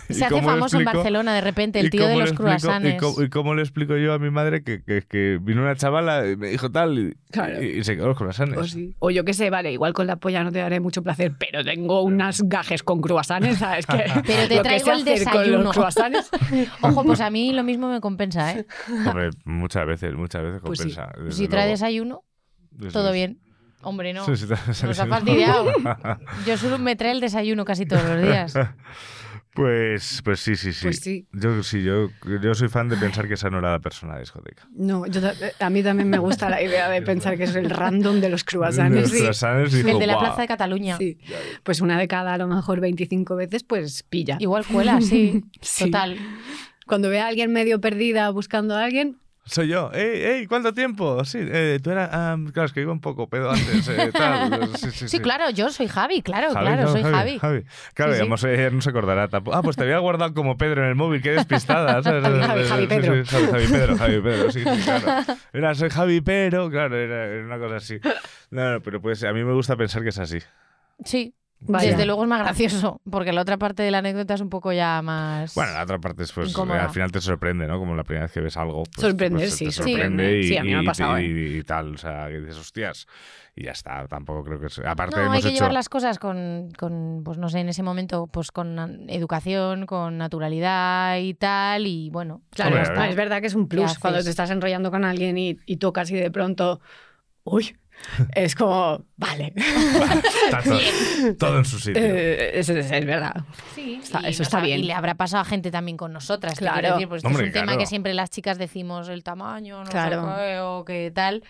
¿Y
Se hace
cómo le
famoso en
explico?
Barcelona de repente
¿Y
el tío de
cómo le
los
explico-
croissants.
¿Y cómo, y cómo le explico yo a mi madre que, que- que vino una chavala y me dijo tal y,
Claro.
y- y se quedó los croissants?
O, pues sí. O yo qué sé, vale, igual con la polla no te daré mucho placer, pero tengo unas gajes con croissants, ¿sabes? Que
Pero te
lo que
traigo
sé
el
hacer Con
desayuno.
los croissants,
Ojo, pues a mí lo mismo me compensa, ¿eh?
Hombre, muchas veces, muchas veces
Pues sí.
compensa.
Si trae desayuno, todo bien. Hombre, no. Nos ha fastidiado. Yo solo me trae el desayuno casi todos los días.
Pues, pues sí, sí, sí.
Pues sí.
Yo, sí yo, yo soy fan de pensar que esa no era la persona de discoteca.
No, yo ta- a mí también me gusta la idea de pensar que es el random de los croissants.
De los
sí.
croissants dijo,
El de la
"Guau".
Plaza de Cataluña.
Sí. Pues una de cada, a lo mejor 25 veces, pues pilla.
Igual cuela, sí.
Sí.
Total.
Cuando ve a alguien medio perdida buscando a alguien,
Soy yo. ¡Ey, ey! ¿Cuánto tiempo? Sí, eh, tú eras. ah, claro, es que iba un poco pedo antes. eh, tal. Sí, sí,
Sí,
sí.
claro, yo soy Javi, claro,
Javi,
claro,
¿no?
soy Javi.
Claro,
Sí,
y
sí.
además ella no se acordará tampoco. Ah, pues te había guardado como Pedro en el móvil, qué despistada. ¿sabes?
Javi, Javi, Javi,
Sí,
Pedro.
sí, Javi, Javi, Pedro, Javi, Pedro, sí, sí, claro. Era, soy Javi, pero, claro, era, era una cosa así. No, no, pero pues a mí me gusta pensar que es así.
Sí.
Vaya.
Desde luego es más gracioso, porque la otra parte de la anécdota es un poco ya más.
Bueno, la otra parte es, pues,
Incómoda.
al final te sorprende, ¿no? Como la primera vez que ves algo. Pues,
Sorprender,
pues, te
sí,
sorprende
sorprende.
y,
Sí, a mí me ha
y-
pasado,
y,
¿eh?
y tal. O sea, que dices, hostias. Y ya está, tampoco creo que es. Aparte,
No,
hemos
hay que
hecho.
llevar las cosas con, con, pues no sé, en ese momento, pues con an- educación, con naturalidad y tal, y bueno.
Claro,
Hombre,
ya
a
está.
ver.
ah, es verdad que es un
¿Qué
plus
haces?
cuando te estás enrollando con alguien y, y tocas y de pronto, uy, es como, vale,
Está todo, todo en su sitio.
Eh, es, es- es verdad.
Sí,
Está-
y nos
eso está
ha-
bien.
Y le habrá pasado a gente también con nosotras. te quiero
Claro.
decir, pues esto
Hombre,
es un tema
claro.
que siempre las chicas decimos el tamaño, no
Claro.
sé qué, o qué tal.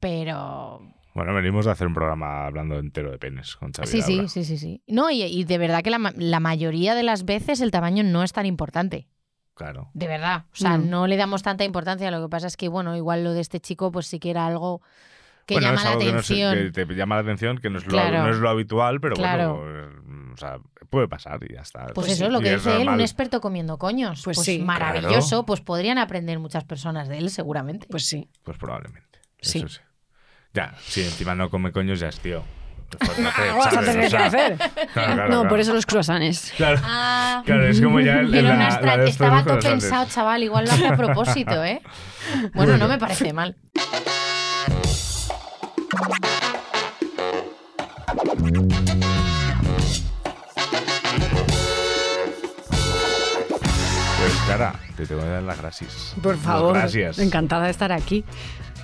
Pero.
Bueno, venimos de hacer un programa hablando entero de penes con Xavi
Sí,
Laura.
sí, sí, sí, sí. No, y, y de verdad que la, ma- la mayoría de las veces el tamaño no es tan importante.
Claro.
De verdad. O sea,
No.
no, le damos tanta importancia. Lo que pasa es que, bueno, igual lo de este chico, pues sí que era algo que
Bueno,
llama
es
la
algo que no es-
atención.
que te llama la atención, que no es lo,
Claro.
no es lo habitual, pero
Claro.
bueno, eh, o sea, puede pasar y ya está.
Pues
Sí,
eso es lo
y
que dice él,
normal.
un experto comiendo coños.
Pues
Pues,
sí.
maravilloso,
Claro.
pues podrían aprender muchas personas de él seguramente.
Pues sí.
Pues probablemente.
Sí.
Eso sí. Ya, si encima no come coños, ya es tío. pues
Ah,
no sé,
Algo vas a
¿sabes?
tener
O sea,
que hacer.
claro, claro,
no,
claro.
por eso los croissants.
Claro,
Ah.
claro, es como ya el,
Pero
la,
una
la
estra-
de estos
estaba todo
cosas antes.
pensado, chaval. Igual lo hace a propósito, ¿eh? Bueno, no me parece mal.
Pues cara, te tengo que dar las gracias.
Por
Las
favor.
Gracias.
Encantada de estar aquí.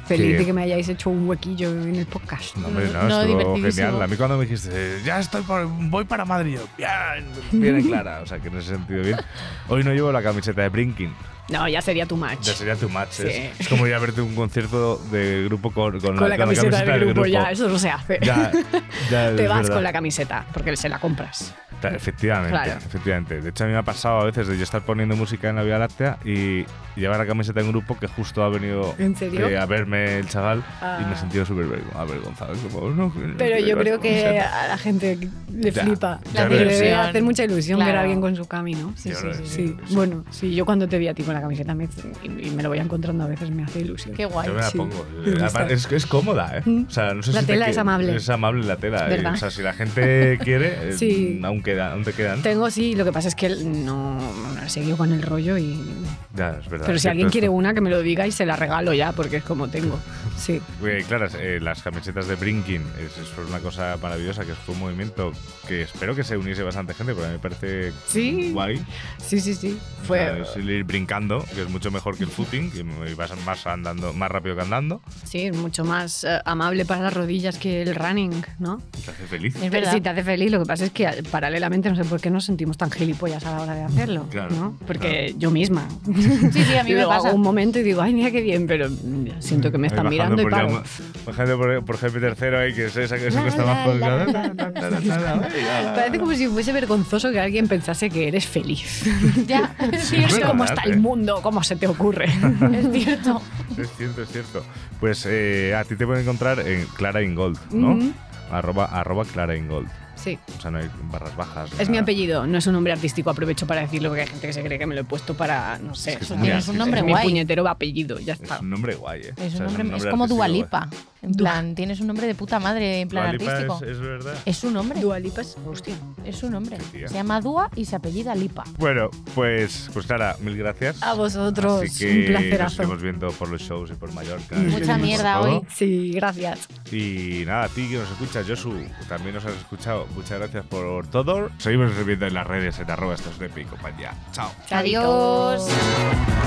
Feliz
Sí.
de que me hayáis hecho un huequillo en el podcast.
No, hombre, no,
No,
estuvo
divertidísimo.
genial. A mí cuando me dijiste, ya estoy por- voy para Madrid, yo, bien, bien clara. O sea, que en ese sentido bien. Hoy no llevo la camiseta de Brinking.
No, ya sería tu match.
Ya sería tu match. Es,
Sí.
es como ir a verte un concierto de grupo con, con
con la, camiseta, del grupo, ya,
grupo.
eso no se hace.
Ya, ya,
Te
es
vas
verdad.
con la camiseta, porque se la compras.
Ta- Efectivamente,
Claro.
efectivamente. De hecho, a mí me ha pasado a veces de yo estar poniendo música en la Vía Láctea y llevar la camiseta en grupo que justo ha venido
¿En serio?
eh, a verme el chaval y me
Ah.
he sentido súper vergo- avergonzado. Es como, "Oh, no, no
Pero
quiero
yo
llevar
creo
tu
que
camiseta.
a la gente le
Ya,
flipa.
ya
Le
lo es.
debe
ilusión.
hacer mucha ilusión ver
Claro.
a alguien con su cami, ¿no? Sí,
Ya
sí,
lo
sí,
es,
sí.
ya lo es.
Bueno, sí, yo cuando te vi a ti con la camiseta me- y, y me lo voy encontrando a veces me hace ilusión.
Qué guay.
Yo me la
sí.
pongo.
Me gusta.
Aparte, Es, es cómoda, ¿eh? O sea, no sé
La
si te
tela
que-
es amable.
Es amable la tela.
¿Verdad?
Y, o sea, si la gente quiere, eh,
Sí.
aún, queda, aún te quedan.
Tengo, sí, lo que pasa es que no, no he seguido con el rollo y...
Ya, es verdad.
Pero
es
si alguien
cierto
quiere
esto.
una, que me lo diga y se la regalo ya, porque es como tengo. Sí.
Eh, claro, eh, las camisetas de Brinking es, es una cosa maravillosa, que fue un movimiento que espero que se uniese bastante gente, porque a mí me parece
Sí.
guay.
Sí, sí, sí. Fue...
O sea, es el ir brincando, que es mucho mejor que el footing, y vas más andando, más rápido que andando,
Sí, es mucho más eh, amable para las rodillas que el running, ¿no?
y te hace feliz.
Es verdad.
Si te hace feliz, lo que pasa es que eh, paralelamente no sé por qué nos sentimos tan gilipollas a la hora de hacerlo,
Claro,
¿no? Porque yo misma.
Sí, sí, a mí me
lo
pasa.
hago un momento y digo, ay, mira qué bien, pero mm, siento que me están
Ahí bajando
mirando y
por
paro.
llama- Bajando por, por jefe tercero ahí, que es esa que eso cuesta más por
Parece como si fuese vergonzoso que alguien pensase que eres feliz.
Ya, es
Es
cierto.
verdad,
¿Cómo está
eh.
el mundo? ¿Cómo se te ocurre?
Es cierto.
Es cierto, es cierto. Pues eh, a ti te pueden encontrar en Clara Ingold, ¿no?
Ujú.
arroba, arroba Clara Ingold.
sí.
O sea, no hay barras bajas.
Es mi
nada.
apellido, no es un nombre artístico, aprovecho para decirlo porque hay gente que se cree que me lo he puesto para, no sé,
Es que es
para-
muy
Tienes un
artístico.
nombre
mi
guay.
puñetero apellido, ya
Es
está.
un nombre guay, ¿eh?
Es,
O
un
sea,
nombre, es como
artístico guay.
Dualipa. En plan, tienes un nombre de puta madre, en plan
Dua Lipa
artístico.
es-
Es,
es verdad.
su nombre.
Dualipas, hostia.
Es su nombre.
Qué tía.
Se llama Dua y se apellida Lipa.
Bueno, pues, pues Clara, mil gracias.
A vosotros,
Así que
un placerazo.
Nos seguimos viendo por los shows y por Mallorca.
Mucha
y por
mierda
todo.
hoy.
Sí, gracias.
Y nada, a ti que nos escuchas, Josu, también nos has escuchado. Muchas gracias por todo. Seguimos viendo en las redes en arroba estos de y compañía. Chao.
Adiós.
Adiós.